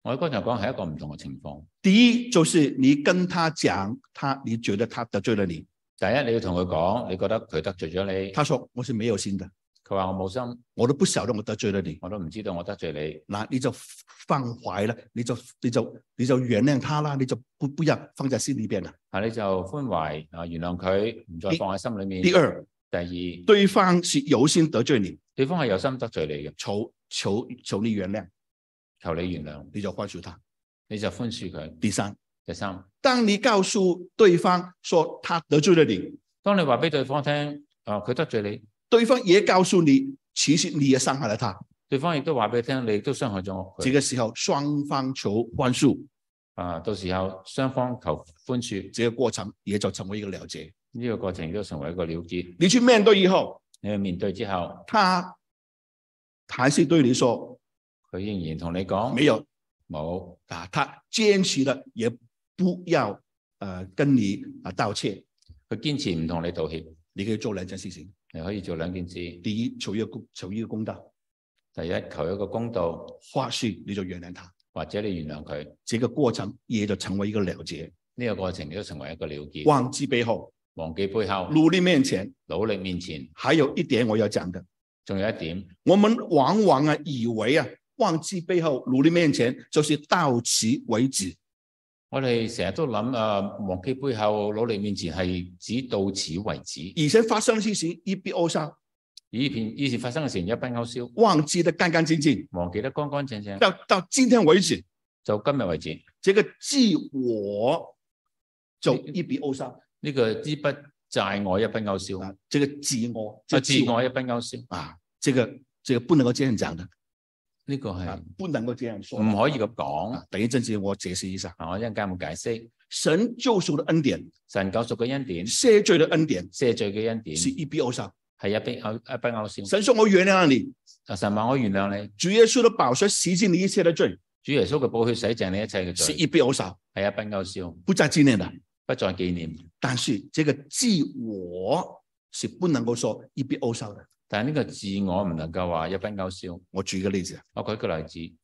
Speaker 2: 我剛才講係一個唔同嘅情況。
Speaker 3: 第一就是你跟他讲，他你觉得他得罪了你，
Speaker 2: 第一，你要同佢講，你覺得佢得罪咗你，
Speaker 3: 他说我是没有心的，
Speaker 2: 佢話我冇心，
Speaker 3: 我都不晓得我得罪了你。
Speaker 2: 我都唔知道我得罪你，
Speaker 3: 那你就放怀了，你就你就你就原谅他啦，你就不不要放在心里边了。
Speaker 2: 啊你就寬懷啊原諒佢，唔再
Speaker 3: 第
Speaker 2: 放喺心裏面。
Speaker 3: 第二，
Speaker 2: 第二，
Speaker 3: 对方是有心得罪你，
Speaker 2: 對方係有心得罪你嘅，
Speaker 3: 求求求你原谅，
Speaker 2: 求你原諒，
Speaker 3: 你就宽恕他。
Speaker 2: 你就寬恕佢。
Speaker 3: 第三，
Speaker 2: 第三，
Speaker 3: 当你告诉对方说他得罪了你，
Speaker 2: 當你話俾對方聽，啊佢得罪你，
Speaker 3: 对方也告诉你，其实你也伤害了他。
Speaker 2: 對方亦都話俾你聽，你都傷害咗我。
Speaker 3: 这
Speaker 2: 佢
Speaker 3: 个时候，双方求宽恕，
Speaker 2: 啊，到時候雙方求寬恕，
Speaker 3: 这个过程也就成为一个了结。
Speaker 2: 呢、個過程都成為一個了結。
Speaker 3: 你去面对以后，
Speaker 2: 你去面對之後，
Speaker 3: 他还是对你说
Speaker 2: 佢仍然同你講
Speaker 3: 没有
Speaker 2: 冇，
Speaker 3: 啊，他坚持了也不要呃跟你啊道歉。
Speaker 2: 佢堅持唔同你道歉。
Speaker 3: 你可以做两件事情：
Speaker 2: 你可以做兩件事，
Speaker 3: 第一，求一个公求一个公道；
Speaker 2: 第一求一個公道，
Speaker 3: 或许你就原谅他，
Speaker 2: 或者你原諒佢，呢、
Speaker 3: 这个过程也就成为一个了结。
Speaker 2: 個過程亦都成為一個了結。
Speaker 3: 忘记背后，
Speaker 2: 忘記背後，
Speaker 3: 努力面前。
Speaker 2: 努力面前，
Speaker 3: 还有一点我要讲的，
Speaker 2: 仲有一點。
Speaker 3: 我们往往啊以为啊忘记背后，努力面前，就是到此为止。
Speaker 2: 我哋成日都諗啊，忘記背後，努力面前係指到此為止。
Speaker 3: 以前发生的事情一笔勾销，
Speaker 2: 以前以前發生嘅事情一筆勾銷，
Speaker 3: 忘记得干干净净，
Speaker 2: 忘記得乾乾淨淨，
Speaker 3: 到到今天为止，
Speaker 2: 就今日為止。
Speaker 3: 这个自我就一笔勾销
Speaker 2: 呢、個支筆債我一筆勾銷，
Speaker 3: 啊，这个自我，
Speaker 2: 啊
Speaker 3: 这
Speaker 2: 自我一筆勾銷。
Speaker 3: 啊，这个这个不能够这样讲的。
Speaker 2: 呢、個係
Speaker 3: 啊，不能够这样说。
Speaker 2: 嗯唔可以咁講。
Speaker 3: 啊，等一阵子我解释一下，
Speaker 2: 啊，我一陣間會解釋
Speaker 3: 神救赎的恩典、
Speaker 2: 神救贖嘅恩典、
Speaker 3: 赦罪的恩典
Speaker 2: 赦罪嘅恩典
Speaker 3: 是一笔勾销。
Speaker 2: 係一筆勾一筆勾銷。
Speaker 3: 神说：“我原谅了你。
Speaker 2: 啊神話我原諒你，”
Speaker 3: 主耶稣的宝血洗净你一切的罪，
Speaker 2: 主耶穌嘅寶血洗淨你一切嘅
Speaker 3: 是
Speaker 2: 罪，
Speaker 3: 一笔勾销，
Speaker 2: 係一筆勾銷，
Speaker 3: 不再纪念的。
Speaker 2: 不再紀念。
Speaker 3: 但是这个自我是不能够说一笔勾销的。
Speaker 2: 但係呢個自我唔能夠話一筆勾銷。
Speaker 3: 我举个例子，
Speaker 2: 我舉個例子，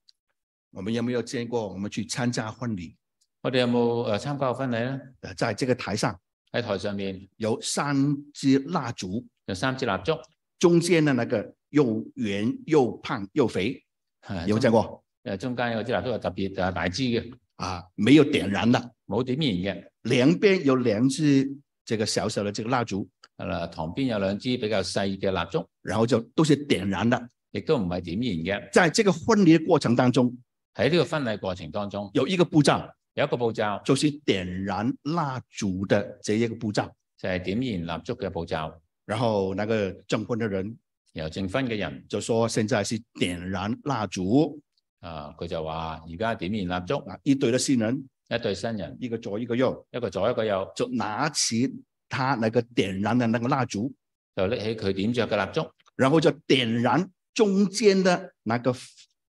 Speaker 3: 我们有没有见过我们去参加婚礼？
Speaker 2: 我哋有冇誒參加過婚禮咧？
Speaker 3: 呃，在这个台上
Speaker 2: 喺台上面
Speaker 3: 有三支蜡烛，
Speaker 2: 有三支蠟燭，
Speaker 3: 中间的那个又圆又胖又肥，
Speaker 2: 係
Speaker 3: 有冇见过？
Speaker 2: 誒中間有支蠟燭係特別誒大支嘅，
Speaker 3: 啊，没有点燃的。
Speaker 2: 冇點燃嘅。
Speaker 3: 两边有两支这个小小的这个蜡烛，
Speaker 2: 係啦，旁邊有兩支比較細嘅蠟燭，
Speaker 3: 然後就都是點燃的。
Speaker 2: 亦都唔係點燃嘅。
Speaker 3: 在這個婚禮的過程當中，
Speaker 2: 喺呢個婚禮過程當中，
Speaker 3: 有一個步驟
Speaker 2: 有一個步驟
Speaker 3: 就是點燃蠟燭的這一個步驟。
Speaker 2: 就係點燃蠟燭嘅步驟。
Speaker 3: 然後那個證婚的人
Speaker 2: 由證婚嘅人
Speaker 3: 就說：“現在是點燃蠟燭
Speaker 2: 啊，佢就話：而家點燃蠟燭，
Speaker 3: 啊！”一堆的新人，
Speaker 2: 一對新人，
Speaker 3: 一個左一個右，
Speaker 2: 一個左一個右，
Speaker 3: 就拿起他那個點燃的那個蠟燭，
Speaker 2: 就拎起佢點着嘅蠟燭，
Speaker 3: 然後就點燃中間的那個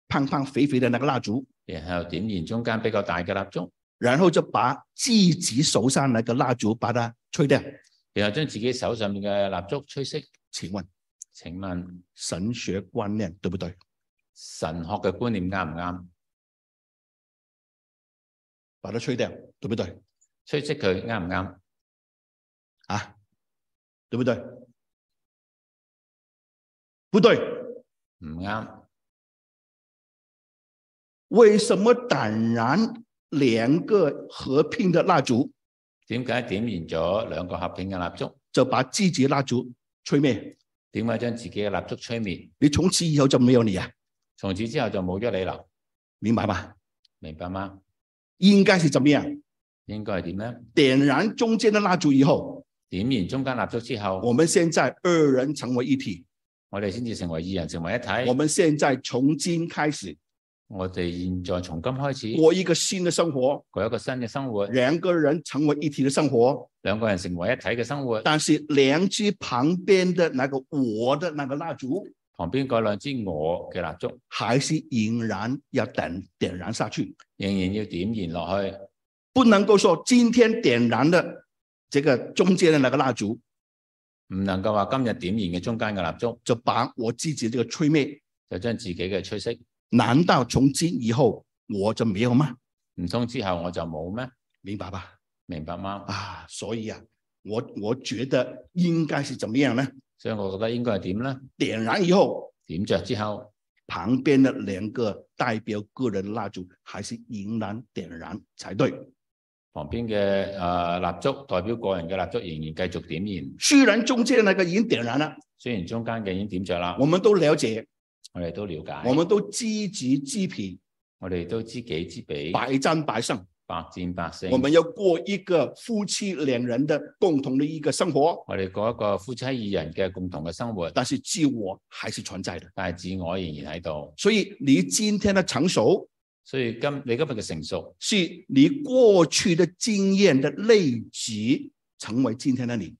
Speaker 3: 胖胖肥肥的那個蠟燭，
Speaker 2: 然後點燃中間比較大嘅蠟燭，
Speaker 3: 然後就把自己手上那個蠟燭把它吹掉。
Speaker 2: 然後將自己手上面嘅蠟燭吹熄。
Speaker 3: 請問
Speaker 2: 請問
Speaker 3: 神學觀念對不對？
Speaker 2: 神學嘅觀念啱唔啱？
Speaker 3: 把它吹掉，對不對？
Speaker 2: 吹熄佢啱唔啱？
Speaker 3: 啊，對不對？不對，
Speaker 2: 唔啱。
Speaker 3: 為什麼點燃兩個合拼的蠟燭
Speaker 2: 點解點燃咗兩個合拼嘅蠟燭？
Speaker 3: 就把自己蠟燭吹滅？
Speaker 2: 點解將自己嘅蠟燭吹滅？
Speaker 3: 你從此以後就沒有你啊，
Speaker 2: 從此之後就冇咗你啦，
Speaker 3: 明白嗎？
Speaker 2: 明白嗎？
Speaker 3: 應該是怎麼樣？
Speaker 2: 應該係點咧？
Speaker 3: 點燃中間的蠟燭以後，
Speaker 2: 點燃中間蠟燭之後，
Speaker 3: 我們現在二人成為一體，
Speaker 2: 我哋先至成為二人成為一體。
Speaker 3: 我们现在从今开始
Speaker 2: 我哋現在從今開始
Speaker 3: 过一个新的生活，
Speaker 2: 過一個新嘅生活，
Speaker 3: 两个人成为一体的生活。
Speaker 2: 兩個人成為一體嘅生活。
Speaker 3: 但是邻居旁边的那个我的那个蜡烛，
Speaker 2: 旁邊嗰兩支我嘅蠟燭
Speaker 3: 还是仍然要点点燃下去，
Speaker 2: 仍然要點燃落去，
Speaker 3: 不能够说今天点燃的这个中间的那个蜡烛
Speaker 2: 唔能夠話今日點燃嘅中間嘅蠟燭
Speaker 3: 就把我自己这个吹灭。
Speaker 2: 就將自己嘅吹熄。
Speaker 3: 难道从今以后我就没有吗？
Speaker 2: 唔通之後我就冇咩？
Speaker 3: 明白吧？
Speaker 2: 明白嗎？
Speaker 3: 啊，所以啊，我我觉得应该是怎么样呢？
Speaker 2: 所以我覺得應該係點咧？
Speaker 3: 点燃以后，
Speaker 2: 點着之後，
Speaker 3: 旁边的两个代表个人的蜡烛还是仍然点燃才对。
Speaker 2: 旁邊嘅誒啊蠟燭代表個人嘅蠟燭仍然繼續點燃。
Speaker 3: 虽然中间那个已经点燃了，
Speaker 2: 雖然中間嘅已經點着啦，
Speaker 3: 我们都了解，
Speaker 2: 我哋都了
Speaker 3: 我
Speaker 2: 解，
Speaker 3: 们都知己知彼，
Speaker 2: 我哋都知己知彼，
Speaker 3: 百战百胜。
Speaker 2: 百戰百勝。
Speaker 3: 我们要过一个夫妻两人的共同的一个生活，
Speaker 2: 我哋過一個夫妻二人嘅共同嘅生活，
Speaker 3: 但是自我还是存在的。
Speaker 2: 但係自我仍然喺度。
Speaker 3: 所以你今天的成熟，
Speaker 2: 所以今你今日嘅成熟
Speaker 3: 是你过去的经验的累积，成为今天的你。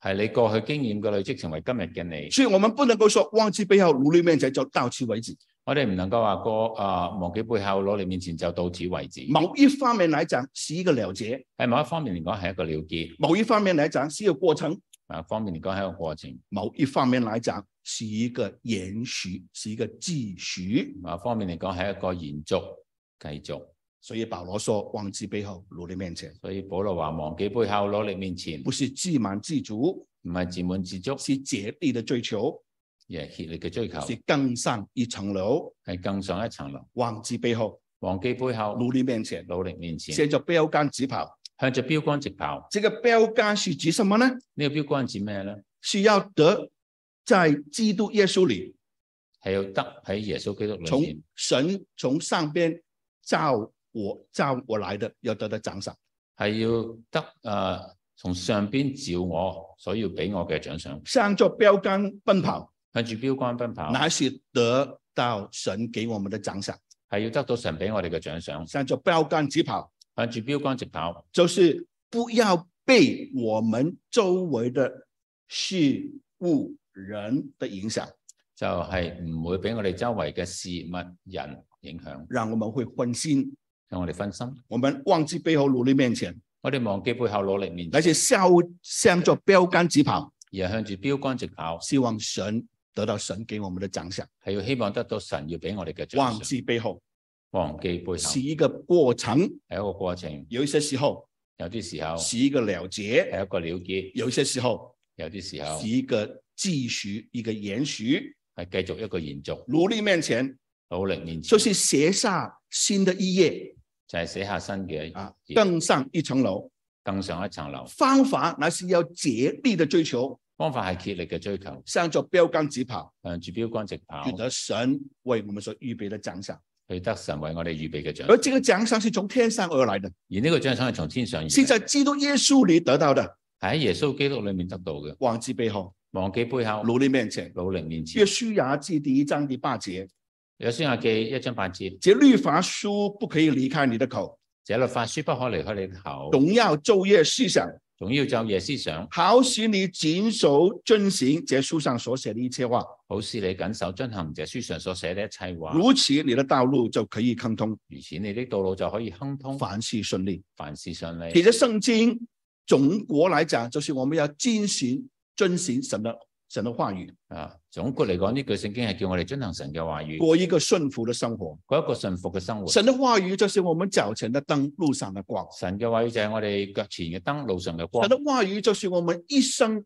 Speaker 2: 係你過去經驗嘅累積，成為今日嘅你。
Speaker 3: 所以我们不能够说忘记背后，努力面前就到此为止。
Speaker 2: 我哋唔能夠話過啊忘記背後，攞你面前就到此為止。
Speaker 3: 某一方面来讲是一个了结，
Speaker 2: 喺某一方面嚟講係一個了結，
Speaker 3: 某一方面来讲是一个过程，
Speaker 2: 某一方面嚟講係一個過程，
Speaker 3: 某一方面来讲是一个延续，是一个继续。
Speaker 2: 某一方面嚟講係一個延續、繼續。
Speaker 3: 所以保罗说，忘记背后，努力面前，
Speaker 2: 所以保羅話忘記背後，攞你面前，
Speaker 3: 不是自满自足，
Speaker 2: 唔係自滿自足，
Speaker 3: 是竭力的追求，
Speaker 2: 而係竭力嘅追求，
Speaker 3: 是更上一层楼。
Speaker 2: 係更上一層樓。
Speaker 3: 忘记背后，
Speaker 2: 忘記背後，
Speaker 3: 努力面前，
Speaker 2: 努力面前，
Speaker 3: 向着标杆直跑。
Speaker 2: 向着標杆直跑。
Speaker 3: 这个标杆是指什么呢？
Speaker 2: 呢、個標杆指咩咧？
Speaker 3: 是要得在基督耶稣里，
Speaker 2: 係要得喺耶穌基督裏
Speaker 3: 从
Speaker 2: 面，
Speaker 3: 神从上边召我召我来的，要得到奖赏。
Speaker 2: 係要得诶、呃，從上邊召我，所要俾我嘅獎賞。
Speaker 3: 向着标杆奔跑，
Speaker 2: 向住標杆奔跑，
Speaker 3: 乃是得到神给我们的奖赏。
Speaker 2: 係要得到神俾我哋嘅獎賞。
Speaker 3: 向着标杆直跑，
Speaker 2: 向住標杆直跑，
Speaker 3: 就是不要被我们周围的事物、人的影响，
Speaker 2: 就係唔會俾我哋周圍嘅事物、人影響，
Speaker 3: 让我们会分心。
Speaker 2: 讓我哋分心。
Speaker 3: 我们忘记背后，努力面前，
Speaker 2: 我哋忘記背後努力面
Speaker 3: 而
Speaker 2: 前，
Speaker 3: 且向向着标杆直跑，
Speaker 2: 而係向住標杆直跑，
Speaker 3: 希望神得到神给我们的奖赏。
Speaker 2: 係要希望得到神要俾我哋嘅獎
Speaker 3: 忘
Speaker 2: 賞。
Speaker 3: 记背后
Speaker 2: 忘記背後
Speaker 3: 是
Speaker 2: 係
Speaker 3: 一个过程，
Speaker 2: 一個過程，
Speaker 3: 有一些时候
Speaker 2: 有啲時候
Speaker 3: 是一个了结，
Speaker 2: 係一個了結，
Speaker 3: 有一些时候
Speaker 2: 有啲時候
Speaker 3: 是一个继续，一个延续。
Speaker 2: 係繼續一個延續。
Speaker 3: 努力面前
Speaker 2: 努力面前
Speaker 3: 就是写下新的一页
Speaker 2: 就係寫下新嘅
Speaker 3: 啊，
Speaker 2: 嘢
Speaker 3: 更上一层楼。
Speaker 2: 更上一層樓。
Speaker 3: 方法那是要竭力的追求，
Speaker 2: 方法係竭力嘅追求，
Speaker 3: 向着标杆直跑，
Speaker 2: 向住標杆直跑
Speaker 3: 取，得神为我们所预备的奖赏。
Speaker 2: 去得神為我哋預備嘅獎賞。
Speaker 3: 而这个奖赏是从天上而来的，
Speaker 2: 而呢個獎賞係從天上而
Speaker 3: 是
Speaker 2: 嚟，
Speaker 3: 在基督耶稣里得到的。
Speaker 2: 係喺耶穌基督裏面得到嘅。
Speaker 3: 忘记背后，
Speaker 2: 忘記背後，
Speaker 3: 努力面前。
Speaker 2: 努力面前
Speaker 3: 约。书亚记第一章第八节。
Speaker 2: 有書亞記一章八節，
Speaker 3: 这律法书不可以离开你的口，
Speaker 2: 這律法書不可離開你的口，
Speaker 3: 总要昼夜思想，
Speaker 2: 總要晝夜思想，
Speaker 3: 好使你谨守遵行这书上所写的一切话。
Speaker 2: 好使你緊守遵行這書上所寫的一切話。
Speaker 3: 如此，你的道路就可以亨通，
Speaker 2: 如此，你的道路就可以亨通，
Speaker 3: 凡事顺利。
Speaker 2: 凡事順
Speaker 3: 其
Speaker 2: 利。
Speaker 3: 实圣经总国来讲，就是我们要遵循遵行神的神的话语，
Speaker 2: 啊，總括嚟講，呢句聖經係叫我哋遵行神嘅話語，
Speaker 3: 过一个顺服的生活。
Speaker 2: 過一個順服嘅生活。
Speaker 3: 神的话语就是我们脚前的灯，路上的光。
Speaker 2: 神嘅話語就係我哋腳前嘅燈，路上嘅光
Speaker 3: 神。的话语就是我们一生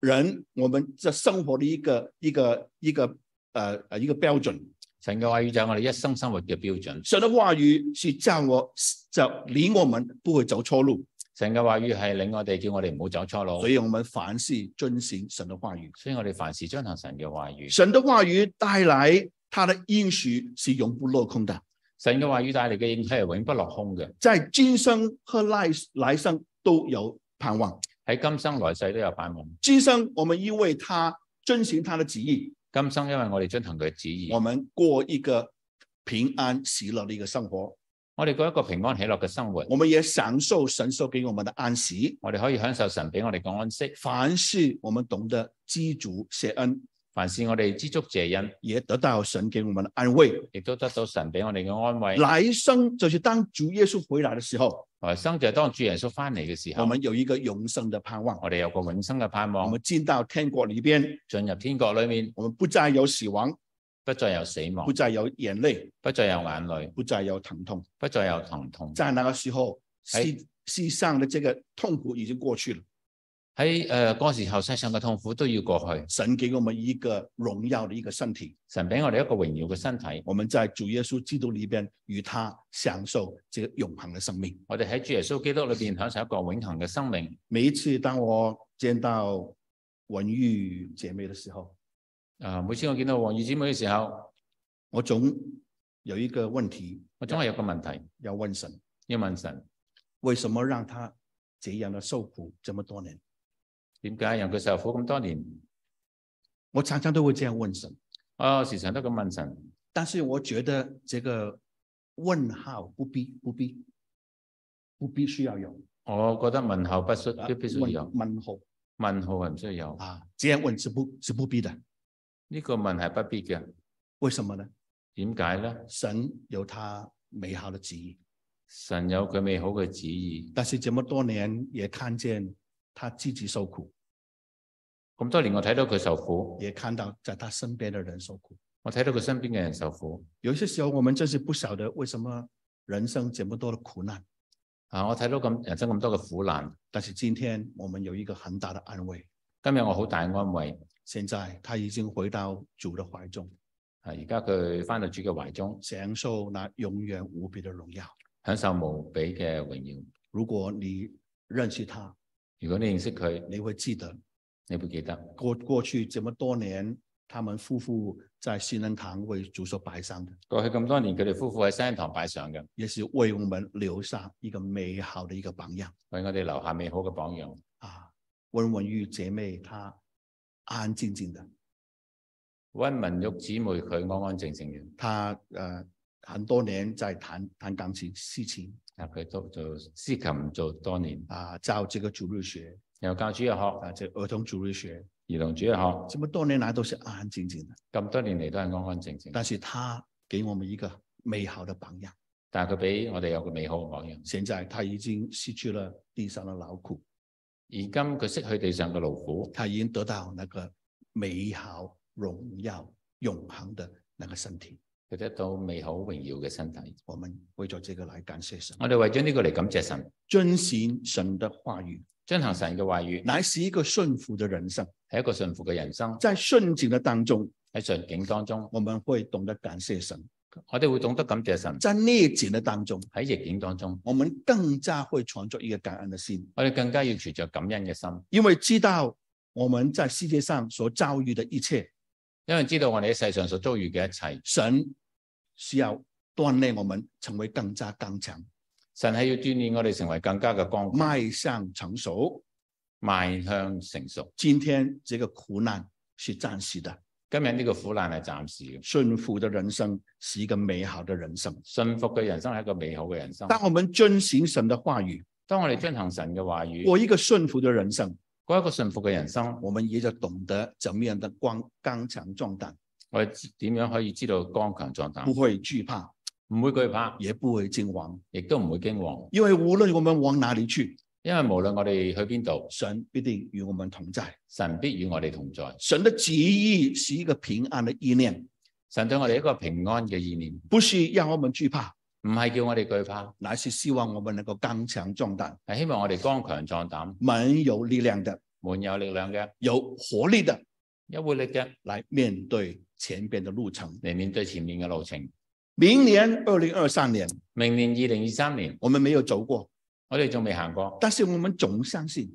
Speaker 3: 人我们这生活的一个一个一个呃呃一个标准。
Speaker 2: 神嘅話語就係我哋一生生活嘅標準。
Speaker 3: 神的话语是叫我叫领我们不会走错路，
Speaker 2: 神嘅話語係令我哋叫我哋唔好走錯
Speaker 3: 所
Speaker 2: 路，
Speaker 3: 以我们凡事遵行神的话语。
Speaker 2: 所以我哋凡事遵行神嘅話語。
Speaker 3: 神的话语带来他的应许是永不落空的，
Speaker 2: 神嘅話語帶嚟嘅應許係永不落空嘅，
Speaker 3: 在今生和来来生都有盼望。
Speaker 2: 喺今生來世都有盼望。
Speaker 3: 今生我们因为他遵行他的旨意，
Speaker 2: 今生因為我哋遵行佢嘅旨意
Speaker 3: 我，们过一个平安喜乐的一个生活，
Speaker 2: 我哋過一個平安喜樂嘅生活，
Speaker 3: 我们也享受神所给我们的安息。
Speaker 2: 我哋可以享受神俾我哋嘅安息。
Speaker 3: 凡事我们懂得知足谢恩，
Speaker 2: 凡事我哋知足謝恩，
Speaker 3: 也得到神给我们的安慰。
Speaker 2: 亦都得到神俾我哋嘅安慰。
Speaker 3: 来生就是当主耶稣回来的时候，
Speaker 2: 來生就係當主耶穌翻嚟嘅時
Speaker 3: 我
Speaker 2: 候，
Speaker 3: 们有一个永生的盼望。
Speaker 2: 我哋有個永生嘅盼
Speaker 3: 我
Speaker 2: 望，
Speaker 3: 们进到天国里边，
Speaker 2: 進入天國裏面，
Speaker 3: 我们不再有死亡，
Speaker 2: 不再有死亡
Speaker 3: 不，再有眼泪，
Speaker 2: 不再有眼淚，
Speaker 3: 不再有疼痛。
Speaker 2: 不再有疼痛。
Speaker 3: 在那个时候，
Speaker 2: 哎
Speaker 3: 世世上的这个痛苦已经过去了，
Speaker 2: 喺誒嗰時候，世上嘅痛苦都要過去。
Speaker 3: 神给我们一个荣耀的一个身体。
Speaker 2: 神俾我哋一個榮耀嘅身體，
Speaker 3: 我们在主耶稣基督里边与他享受这个永恒的生命。
Speaker 2: 我哋喺主耶穌基督裏邊享受一個永恆嘅生命。
Speaker 3: 每一次当我见到文玉姐妹的时候，
Speaker 2: 啊，每次我見到黃宇姊妹嘅時候，
Speaker 3: 我总有一个问题
Speaker 2: 我總係有個問題
Speaker 3: 要问神：
Speaker 2: 要問神：
Speaker 3: 为什么让她这样的受苦这么多年？
Speaker 2: 點解讓佢受苦咁多年？
Speaker 3: 我常常都会这样问神，
Speaker 2: 我啊時常都咁問神，
Speaker 3: 但是我觉得这个问号不必不必不必须要有
Speaker 2: 我覺得問候不需
Speaker 3: 啊
Speaker 2: 必必須要
Speaker 3: 问
Speaker 2: 有，
Speaker 3: 问候
Speaker 2: 問號係唔需要有。
Speaker 3: 啊，这样问是不是不必的？
Speaker 2: 呢、個問係不必嘅，
Speaker 3: 为什么呢？
Speaker 2: 點解咧？
Speaker 3: 神有他美好的旨意，
Speaker 2: 神有佢美好嘅旨意，
Speaker 3: 但是这么多年也看见他自己受苦，
Speaker 2: 咁多年我睇到佢受苦，
Speaker 3: 也看到在他身边的人受苦。
Speaker 2: 我睇到佢身邊嘅人受苦，
Speaker 3: 有些时候我们真是不晓得为什么人生这么多的苦难，
Speaker 2: 啊，我睇到咁人生咁多嘅苦難，
Speaker 3: 但是今天我们有一个很大的安慰。
Speaker 2: 今日我好大安慰。
Speaker 3: 现在他已经回到主的怀中，
Speaker 2: 啊，而家佢翻到主嘅懷中，
Speaker 3: 享受那永远无比的荣耀。
Speaker 2: 享受無比嘅榮耀。
Speaker 3: 如果你认识他，
Speaker 2: 如果你認識佢，
Speaker 3: 你会记得
Speaker 2: 你會記得
Speaker 3: 过过去这么多年，他们夫妇在新人堂为主所摆上的，
Speaker 2: 過去咁多年，佢哋夫婦喺山堂擺上嘅，
Speaker 3: 也是为我们留下一个美好的一个榜样
Speaker 2: 為我哋留下美好嘅榜樣。
Speaker 3: 啊！温文玉姐妹她安安静静的，
Speaker 2: 温文玉姊妹佢安安靜靜嘅，
Speaker 3: 她呃很多年在弹弹钢琴、西琴
Speaker 2: 啊，佢都做司琴做多年，
Speaker 3: 啊，教这个主日学
Speaker 2: 又教主日學、
Speaker 3: 啊，这儿童主日学，
Speaker 2: 兒童主日學，
Speaker 3: 这么多年来都是安安静静的。
Speaker 2: 咁多年嚟都係安安靜靜。
Speaker 3: 但是她给我们一个美好的榜样。
Speaker 2: 但係佢俾我哋有個美好嘅榜樣。
Speaker 3: 现在她已经失去了地上的劳苦，
Speaker 2: 而今佢識去地上嘅勞苦，
Speaker 3: 他已经得到那个美好、荣耀、永恒的那个身体。
Speaker 2: 佢得到美好榮耀嘅身體。
Speaker 3: 我们为咗这个来感谢神，
Speaker 2: 我哋為咗呢個嚟感謝神，
Speaker 3: 遵行神的话语，
Speaker 2: 遵行神嘅話語，
Speaker 3: 乃是一个顺服的人生。
Speaker 2: 係一個順服嘅人生。
Speaker 3: 在顺境的当中，
Speaker 2: 喺順境當中，
Speaker 3: 我們會懂得感謝神；
Speaker 2: 我哋會懂得感謝神。
Speaker 3: 在逆境的当中，
Speaker 2: 喺逆境當中，
Speaker 3: 我們更加會存着一個感恩的心，
Speaker 2: 我哋更加要存着感恩嘅心，
Speaker 3: 因为知道我們在世界上所遭遇的一切，
Speaker 2: 因為知道我哋喺世上所遭遇嘅一切，
Speaker 3: 神需要鍛炼我們成為更加剛強，
Speaker 2: 神係要鍛鍊我哋成為更加嘅光棍，
Speaker 3: 邁向成熟。
Speaker 2: 邁向成熟。
Speaker 3: 今天这个苦难是暂时的，
Speaker 2: 今日呢個苦難係暫時嘅，
Speaker 3: 顺服的人生是一个美好的人生。
Speaker 2: 信服嘅人生係一個美好嘅人生。
Speaker 3: 当我们遵行神的话语，
Speaker 2: 當我哋遵行神嘅話語，
Speaker 3: 过一个顺服的人生，
Speaker 2: 過一個信服嘅人生，
Speaker 3: 我们也就懂得怎么样的光刚强壮胆，
Speaker 2: 我哋知點樣可以知道剛強壯
Speaker 3: 不
Speaker 2: 膽，
Speaker 3: 会惧怕，
Speaker 2: 唔會懼怕，
Speaker 3: 也不会惊惶。
Speaker 2: 亦都唔會驚惶，
Speaker 3: 因为无论我们往哪里去，
Speaker 2: 因為無論我哋去邊度，
Speaker 3: 神必定与我们同在。
Speaker 2: 神必與我哋同在。
Speaker 3: 神的旨意是一个平安的意念，
Speaker 2: 神對我哋一個平安嘅意念，
Speaker 3: 不是要我们惧怕，
Speaker 2: 唔係叫我哋懼怕，
Speaker 3: 乃是希望我们能够刚强壮胆，
Speaker 2: 係希望我哋剛強壯膽。
Speaker 3: 蛮有力量的，
Speaker 2: 滿有力量嘅，
Speaker 3: 有活力的
Speaker 2: 有活力嘅
Speaker 3: 来面对前边的路程。
Speaker 2: 嚟面對前面嘅路程。
Speaker 3: 明年二零二三年，
Speaker 2: 明年二零二三年，
Speaker 3: 我们没有走过，
Speaker 2: 我哋仲未行過，
Speaker 3: 但是我们总相信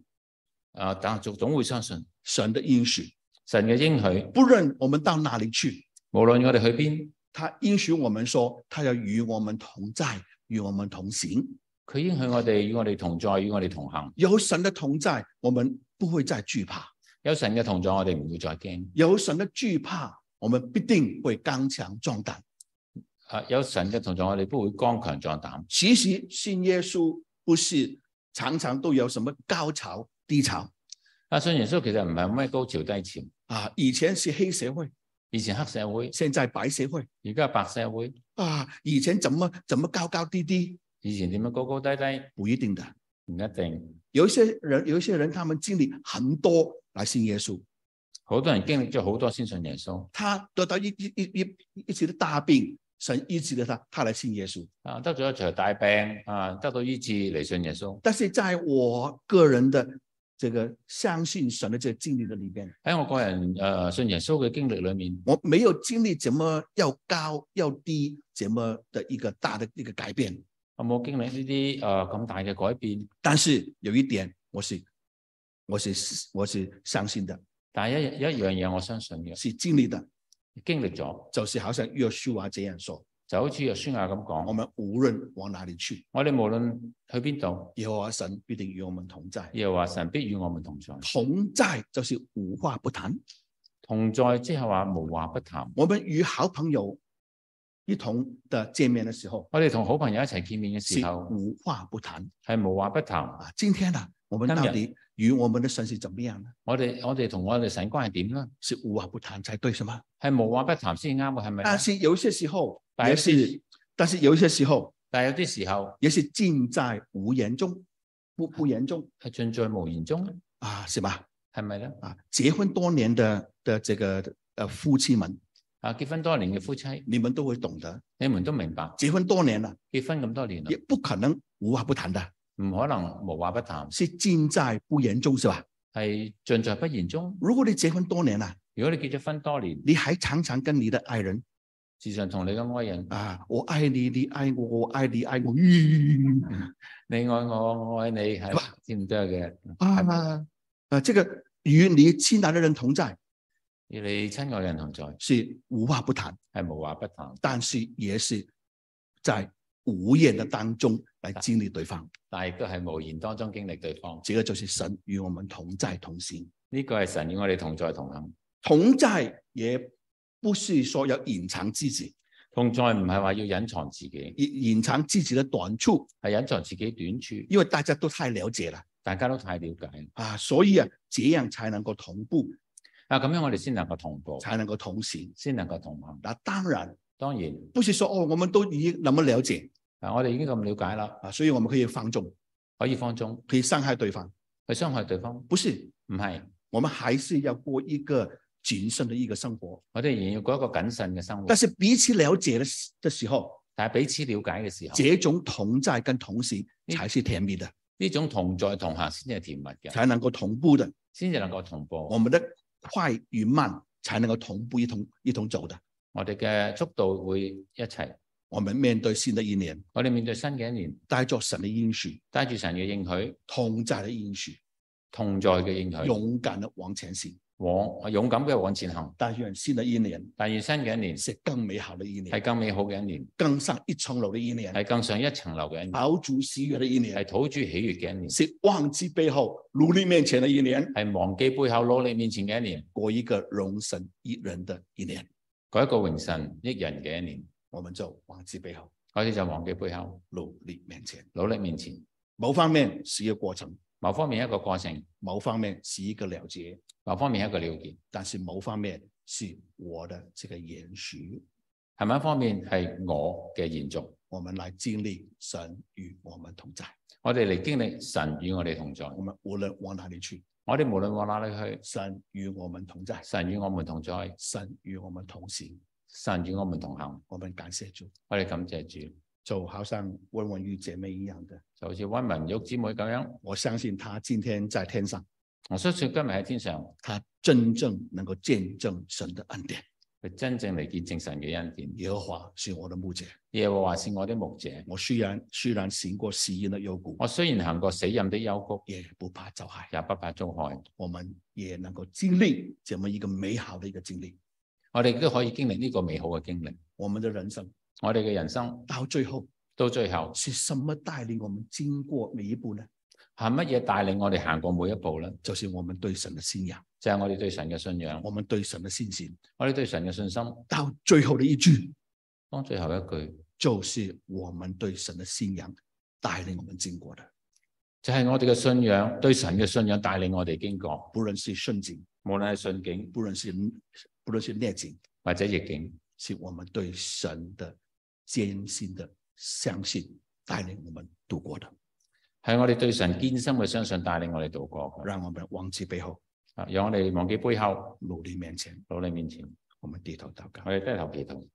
Speaker 2: 啊，但總總會相信
Speaker 3: 神的应许。
Speaker 2: 神嘅應許，
Speaker 3: 不论我们到哪里去，
Speaker 2: 無論我哋去邊，
Speaker 3: 他应许我们说，他要与我们同在，与我们同行。
Speaker 2: 佢應許我哋與我哋同在，與我哋同行。
Speaker 3: 有神的同在，我们不会再惧怕；
Speaker 2: 有神嘅同在，我哋唔會再驚。
Speaker 3: 有神的惧怕，我们必定会刚强壮胆。
Speaker 2: 啊，有神嘅同在，我哋都會剛強壯膽。
Speaker 3: 其实信耶稣不是常常都有什么高潮低潮
Speaker 2: 啊，信耶穌其實唔係咩高潮低潮，
Speaker 3: 啊，以前是黑社会，
Speaker 2: 以前黑社會，
Speaker 3: 现在白社会
Speaker 2: 而家白社會，
Speaker 3: 啊，以前怎么怎么高高低低，
Speaker 2: 以前點樣高高低低
Speaker 3: 不一定的。
Speaker 2: 唔一定。
Speaker 3: 有一些人，有一些人，他们经历很多来信耶稣，
Speaker 2: 好多人經歷咗好多先信耶穌，
Speaker 3: 他得到一一一一一些的大病，神医治了他，他来信耶稣。
Speaker 2: 啊，得咗一場大病啊，得到醫治嚟信耶穌。
Speaker 3: 但是在我个人的这个相信神的这个经历的里边，
Speaker 2: 喺我個人诶、呃信耶穌嘅經歷裏面，
Speaker 3: 我没有经历怎么要高要低怎么的一个大的一个改变。
Speaker 2: 我冇經歷呢啲诶咁大嘅改變。
Speaker 3: 但是有一点，我是我是我是相信的，
Speaker 2: 但係一一樣嘢我相信嘅，
Speaker 3: 是经历的，
Speaker 2: 經歷咗
Speaker 3: 就是好像约书亚这样说：
Speaker 2: 就好似約書亞咁
Speaker 3: 我
Speaker 2: 講，
Speaker 3: 们无论往哪里去，
Speaker 2: 我哋無論去邊度，
Speaker 3: 耶和华神必定与我们同在。
Speaker 2: 耶和華神必與我們同在。
Speaker 3: 同在就是无话不谈，
Speaker 2: 同在即係話無話不談。
Speaker 3: 我们与好朋友一同的见面的时候
Speaker 2: 我哋同好朋友一齊見面嘅
Speaker 3: 是
Speaker 2: 時候，
Speaker 3: 无话不谈
Speaker 2: 係無話不談。
Speaker 3: 啊。今天呢、我们
Speaker 2: 当
Speaker 3: 到
Speaker 2: 然
Speaker 3: 底与我们的神是怎么样呢？
Speaker 2: 我哋我哋同我哋神關係點咧？
Speaker 3: 是无话不谈才对，是吗？
Speaker 2: 係無話不談先啱嘅，係咪呢？
Speaker 3: 但啊是有些时候
Speaker 2: 但
Speaker 3: 也
Speaker 2: 有些
Speaker 3: 是，但是有些时候
Speaker 2: 但係有啲時候
Speaker 3: 也是尽在无言中，不不言中
Speaker 2: 係盡在無言中，
Speaker 3: 啊，是吧？
Speaker 2: 係咪咧？
Speaker 3: 啊，结婚多年的的这个呃夫妻们，
Speaker 2: 啊，結婚多年嘅夫妻，
Speaker 3: 你们都会懂得，
Speaker 2: 你們都明白，
Speaker 3: 结婚多年啊了，
Speaker 2: 結婚咁多年啦
Speaker 3: 也，不可能无话不谈的，
Speaker 2: 唔可能無話不談，
Speaker 3: 是尽在不言中，是吧？
Speaker 2: 係盡在不言中。
Speaker 3: 如果你结婚多年了，
Speaker 2: 如果你結咗婚多年，
Speaker 3: 你还常常跟你的爱人
Speaker 2: 時常同你嘅愛人，
Speaker 3: 啊，我爱你，你爱我，我爱你，爱我，嗯
Speaker 2: 你愛我，我愛你，係
Speaker 3: 哇
Speaker 2: 咁多嘅。
Speaker 3: 啊啊，这个与你亲爱的人同在
Speaker 2: 與你親愛嘅人同在，
Speaker 3: 是无话不谈，
Speaker 2: 係無話不談，
Speaker 3: 但是也是在无言的当中来经历对方。
Speaker 2: 但係亦都係無言當中經歷對方。
Speaker 3: 这个就是神与我们同在同行，
Speaker 2: 呢個係神與我哋同在同行。
Speaker 3: 同在也不是说要隐藏自己，
Speaker 2: 同在唔係話要隱藏自己，
Speaker 3: 隐隐藏自己的短处，
Speaker 2: 係隱藏自己短處。
Speaker 3: 因为大家都太了解了
Speaker 2: 大家都太了解
Speaker 3: 啊，所以啊，这样才能够同步，
Speaker 2: 啊，咁樣我哋先能夠同步，
Speaker 3: 才能够同行。
Speaker 2: 先能夠同行。
Speaker 3: 那当然
Speaker 2: 當然
Speaker 3: 不是说哦，我们都已经那么了解
Speaker 2: 啊，我哋已經咁了解啦，
Speaker 3: 啊，所以我们可以放纵，
Speaker 2: 可以放縱
Speaker 3: 可以伤害对方，
Speaker 2: 去傷害對方，
Speaker 3: 不是？
Speaker 2: 唔係，
Speaker 3: 我们还是要过一个谨慎的一个生活。
Speaker 2: 我哋仍然要過一個謹慎嘅生活
Speaker 3: 但。是彼此了解的时的时候，
Speaker 2: 但係彼此了解嘅時候，
Speaker 3: 这种同在跟同行才是甜蜜的，
Speaker 2: 呢種同在同行先至係甜蜜嘅，
Speaker 3: 才能够同步的。
Speaker 2: 先至能夠同
Speaker 3: 我
Speaker 2: 步。
Speaker 3: 们的快与慢才能够同步一同一同走的。
Speaker 2: 我哋嘅速度會一齊。
Speaker 3: 我们面对新的一年，
Speaker 2: 我哋面對新嘅一年，
Speaker 3: 带着神的应许、
Speaker 2: 帶住神嘅應許，
Speaker 3: 同在的应许，
Speaker 2: 同在嘅應許，
Speaker 3: 哦勇敢的往前行。
Speaker 2: 往啊勇敢嘅往前行。
Speaker 3: 但愿新的一年
Speaker 2: 但願新嘅一年
Speaker 3: 是更美好的一年，
Speaker 2: 係更美好嘅一年，
Speaker 3: 更上一层楼的一年，
Speaker 2: 係更上一層樓嘅一年，
Speaker 3: 保主喜悦的一年
Speaker 2: 係，土著喜悅嘅一年。
Speaker 3: 是忘记背后、努力面前的一年，
Speaker 2: 係忘記背後攞你面前嘅一年，
Speaker 3: 过一个容神一人的一年。
Speaker 2: 嗰一個榮神益人嘅一年，
Speaker 3: 我们就忘记背后，
Speaker 2: 我哋就忘記背後，
Speaker 3: 努力面前。
Speaker 2: 努力面前。
Speaker 3: 某方面是一个过程，
Speaker 2: 某方面一個過程，
Speaker 3: 某方面是一个了结，
Speaker 2: 某方面一個了結，
Speaker 3: 但是某方面是我的这个延续。
Speaker 2: 係咪一方面係我嘅延續？
Speaker 3: 我们来经历神与我们同在。
Speaker 2: 我哋嚟經歷神與我哋同在，
Speaker 3: 我们无论往哪里去，
Speaker 2: 我哋無論往哪裏去，
Speaker 3: 神与我们同在，
Speaker 2: 神與我們同在，
Speaker 3: 神与我们同行。
Speaker 2: 神與我們同行。
Speaker 3: 我们感谢主，
Speaker 2: 我哋感謝主，
Speaker 3: 就好像温文玉姐妹一样的，
Speaker 2: 就好似温文玉姊妹咁樣。
Speaker 3: 我相信她今天在天上，
Speaker 2: 我相信今日喺天上，
Speaker 3: 她真正能够见证神的恩典。
Speaker 2: 佢真正嚟見證神嘅恩典。
Speaker 3: 耶和华是我的牧者，
Speaker 2: 耶和華是我的牧者，
Speaker 3: 我虽然虽然行过死荫的幽谷，
Speaker 2: 我雖然行過死蔭的幽谷，
Speaker 3: 也不怕遭害。
Speaker 2: 也不怕遭害。
Speaker 3: 我们也能够经历这么一个美好的一个经历。
Speaker 2: 我哋都可以經歷呢個美好嘅經歷。
Speaker 3: 我们的人生
Speaker 2: 我哋嘅人生
Speaker 3: 到最后
Speaker 2: 到最後
Speaker 3: 是什么带领我们经过每一步呢？
Speaker 2: 係乜嘢帶領我哋行過每一步咧？
Speaker 3: 就是我们对神的信仰。
Speaker 2: 就係我哋對神嘅信仰，
Speaker 3: 我们对神的信心。
Speaker 2: 我哋對神嘅信心。
Speaker 3: 到最后的一句
Speaker 2: 當最後一句
Speaker 3: 就是我们对神的信仰带领我们经过的，
Speaker 2: 就係我哋嘅信仰，對神嘅信仰帶領我哋經過，
Speaker 3: 不论是顺境，
Speaker 2: 無論係順境
Speaker 3: 不论是不论是逆境，
Speaker 2: 或者逆境，
Speaker 3: 是我们对神的艰辛的相信带领我们度过的，
Speaker 2: 係我哋對神堅心嘅相信帶領我哋度過嘅。
Speaker 3: 让我们忘记背后，
Speaker 2: 啊，讓我哋忘記背後，
Speaker 3: 努力面前。
Speaker 2: 努力面前，
Speaker 3: 我们低头祷告
Speaker 2: 我。哋低頭祈禱。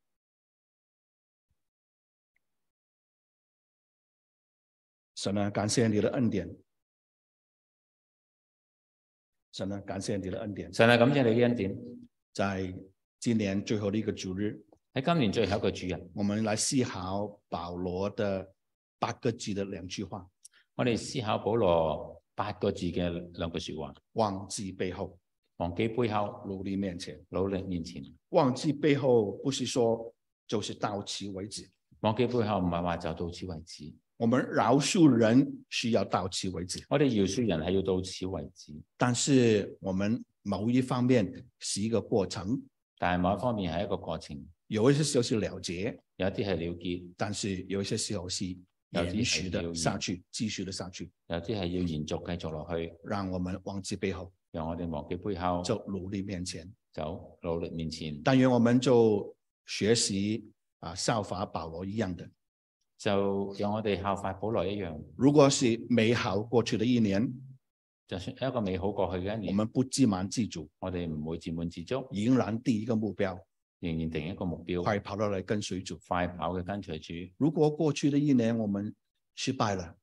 Speaker 3: 神啊，感谢你的恩典。神啊，感谢你的恩典。
Speaker 2: 神啊，感謝你嘅恩典。
Speaker 3: 在今年最后的一个主日，
Speaker 2: 喺今年最後一個主日，
Speaker 3: 我们来思考保罗的八个字的两句话：
Speaker 2: 我哋思考保羅八個字嘅兩句说話：
Speaker 3: 忘记背后，
Speaker 2: 忘記背後，
Speaker 3: 努力面前。
Speaker 2: 努力面前。
Speaker 3: 忘记背后不是说就是到此为止。
Speaker 2: 忘記背後唔係話就到此為止，
Speaker 3: 我们饶恕人需要到此为止，
Speaker 2: 我哋饒恕人係要到此為止，
Speaker 3: 但是我们某一方面是一个过程，
Speaker 2: 但係某一方面係一個過程，
Speaker 3: 有一些时候是了结，
Speaker 2: 有一啲係了結。
Speaker 3: 但是有一些时候是
Speaker 2: 有些
Speaker 3: 延续
Speaker 2: 还有
Speaker 3: 的下去，继续的下去，
Speaker 2: 有啲係要延續繼續落去，
Speaker 3: 让我们忘记背后，
Speaker 2: 讓我哋忘記背後，
Speaker 3: 就努力面前。
Speaker 2: 走努力面前，
Speaker 3: 但愿我们就学习啊，效法保罗一样的。
Speaker 2: 就讓我哋效法保羅一樣，
Speaker 3: 如果是美好过去的一年，
Speaker 2: 就算一個美好過去嘅一
Speaker 3: 我
Speaker 2: 年，
Speaker 3: 们不自满自足，
Speaker 2: 我哋唔會自滿自足，
Speaker 3: 迎然第一个目标，
Speaker 2: 仍然定一個目標，
Speaker 3: 快跑到来跟随主。
Speaker 2: 快跑嘅跟隨主。
Speaker 3: 如果过去的一年我们失败了，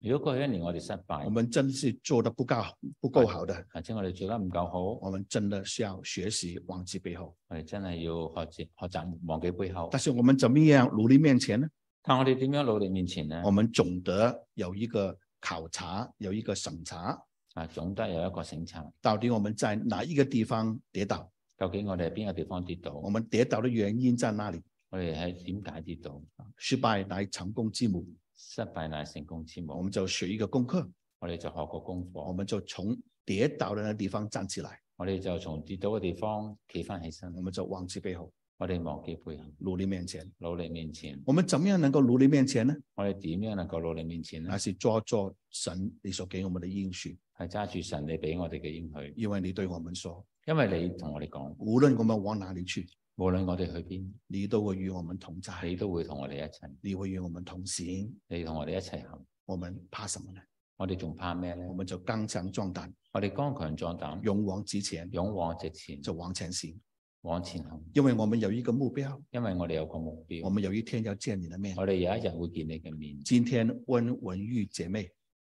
Speaker 2: 如果過去一年我哋失
Speaker 3: 我
Speaker 2: 敗，
Speaker 3: 们真是做得不够不够好的，
Speaker 2: 或者我哋做得唔夠好，
Speaker 3: 我们真的是要学习忘记背后。
Speaker 2: 我哋真係要學習學習忘記背後
Speaker 3: 但。是我们怎么样努力面前呢？
Speaker 2: 但我哋點樣努力面前呢
Speaker 3: 我？们总得有一个考察，有一个审查，
Speaker 2: 啊，總得有一個省察，
Speaker 3: 到底我们在哪一个地方跌倒，
Speaker 2: 究竟我哋係邊個地方跌倒，
Speaker 3: 我们跌倒的原因在哪里？
Speaker 2: 我哋係點解跌倒？
Speaker 3: 失败乃成功之母，
Speaker 2: 失敗乃成功之
Speaker 3: 我
Speaker 2: 母，
Speaker 3: 们就学一个功课，
Speaker 2: 我哋就學個功課
Speaker 3: 我。们就从跌倒的那地方站起来，
Speaker 2: 我哋就從跌倒嘅地方企翻起身
Speaker 3: 我，们就忘记背后，
Speaker 2: 我哋忘記背後，
Speaker 3: 努力面前。
Speaker 2: 努力面前。
Speaker 3: 我们怎么样能够努力面前呢？
Speaker 2: 我哋點樣能夠努力面前呢
Speaker 3: 那？是抓住神你所给我们的应许，
Speaker 2: 係揸住神你俾我哋嘅應許，
Speaker 3: 因为你对我们说，
Speaker 2: 因為你同我哋講，
Speaker 3: 无论我们往哪里去，
Speaker 2: 無論我哋去邊，
Speaker 3: 你都会与我们同在，
Speaker 2: 你都會同我哋一齊，
Speaker 3: 你会与我们同行。
Speaker 2: 你同我哋一齊行。
Speaker 3: 我们怕什么呢？
Speaker 2: 我哋仲怕咩呢
Speaker 3: 我？们就刚强壮胆，
Speaker 2: 我哋剛強壯膽，
Speaker 3: 勇往直前，
Speaker 2: 勇往直前，
Speaker 3: 就往前行。
Speaker 2: 往前行，
Speaker 3: 因为我们有一个目标，
Speaker 2: 因為我哋有個目
Speaker 3: 我
Speaker 2: 標。
Speaker 3: 们有一天要见你的面。
Speaker 2: 我哋有一日會見你嘅面。
Speaker 3: 今天温文玉姐妹，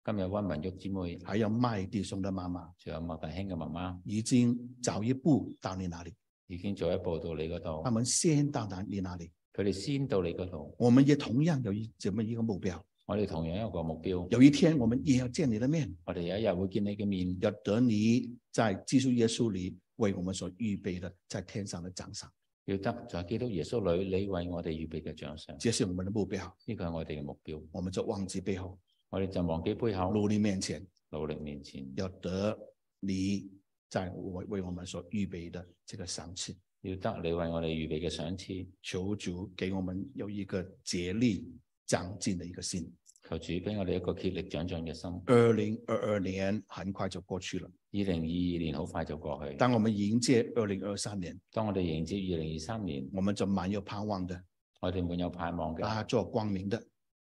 Speaker 2: 今日温文玉姊妹，
Speaker 3: 还有麦弟兄的妈妈，
Speaker 2: 仲有麥大興嘅媽媽，
Speaker 3: 已经早一步到你那里，
Speaker 2: 已經早一步到你嗰度
Speaker 3: 他，们先到达你那里。
Speaker 2: 佢哋先到你嗰度。
Speaker 3: 我们也同样有一这么一个目标，
Speaker 2: 我哋同樣有個目標。
Speaker 3: 有一天我们也要见你的面，
Speaker 2: 我哋有一日會見你嘅面，
Speaker 3: 要得你在基督耶稣里为我们所预备的在天上的奖赏，
Speaker 2: 要得在基督耶穌裏，你為我哋預備嘅獎賞，
Speaker 3: 这是我们的目标。
Speaker 2: 呢個係我哋嘅目標。
Speaker 3: 我们就忘记背后，
Speaker 2: 我哋就忘記背後，
Speaker 3: 努力面前，
Speaker 2: 努力面前，
Speaker 3: 要得你在为为我们所预备的这个赏赐。
Speaker 2: 要得你為我哋預備嘅賞賜。
Speaker 3: 求主给我们有一个竭力长进的一个心。
Speaker 2: 求主俾我哋一個竭力長進嘅心。二
Speaker 3: 二零二二年很快就過去了，
Speaker 2: 零二二年好快就過去，
Speaker 3: 當我們迎接二零二三年，
Speaker 2: 當我哋迎接二零二三年，
Speaker 3: 我們就滿有盼望的，
Speaker 2: 我哋滿有盼望嘅，
Speaker 3: 大作光明的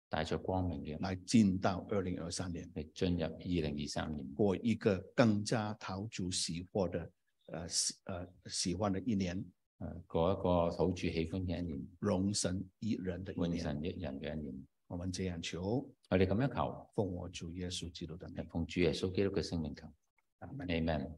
Speaker 2: 帶着光明嘅，
Speaker 3: 來進到二零二三年，
Speaker 2: 嚟進入二零二三年，
Speaker 3: 過一個更加陶足喜獲的，呃喜呃喜歡的一年，
Speaker 2: 誒呃過一個討住喜歡嘅一年，
Speaker 3: 榮神益人的一
Speaker 2: 滿
Speaker 3: 年。
Speaker 2: 神益人嘅一年。
Speaker 3: 我們這樣求，
Speaker 2: 我哋咁樣求，
Speaker 3: 奉我主耶穌基督的名
Speaker 2: 係，奉主耶穌基督嘅聖名求。
Speaker 3: 阿門。
Speaker 2: Amen。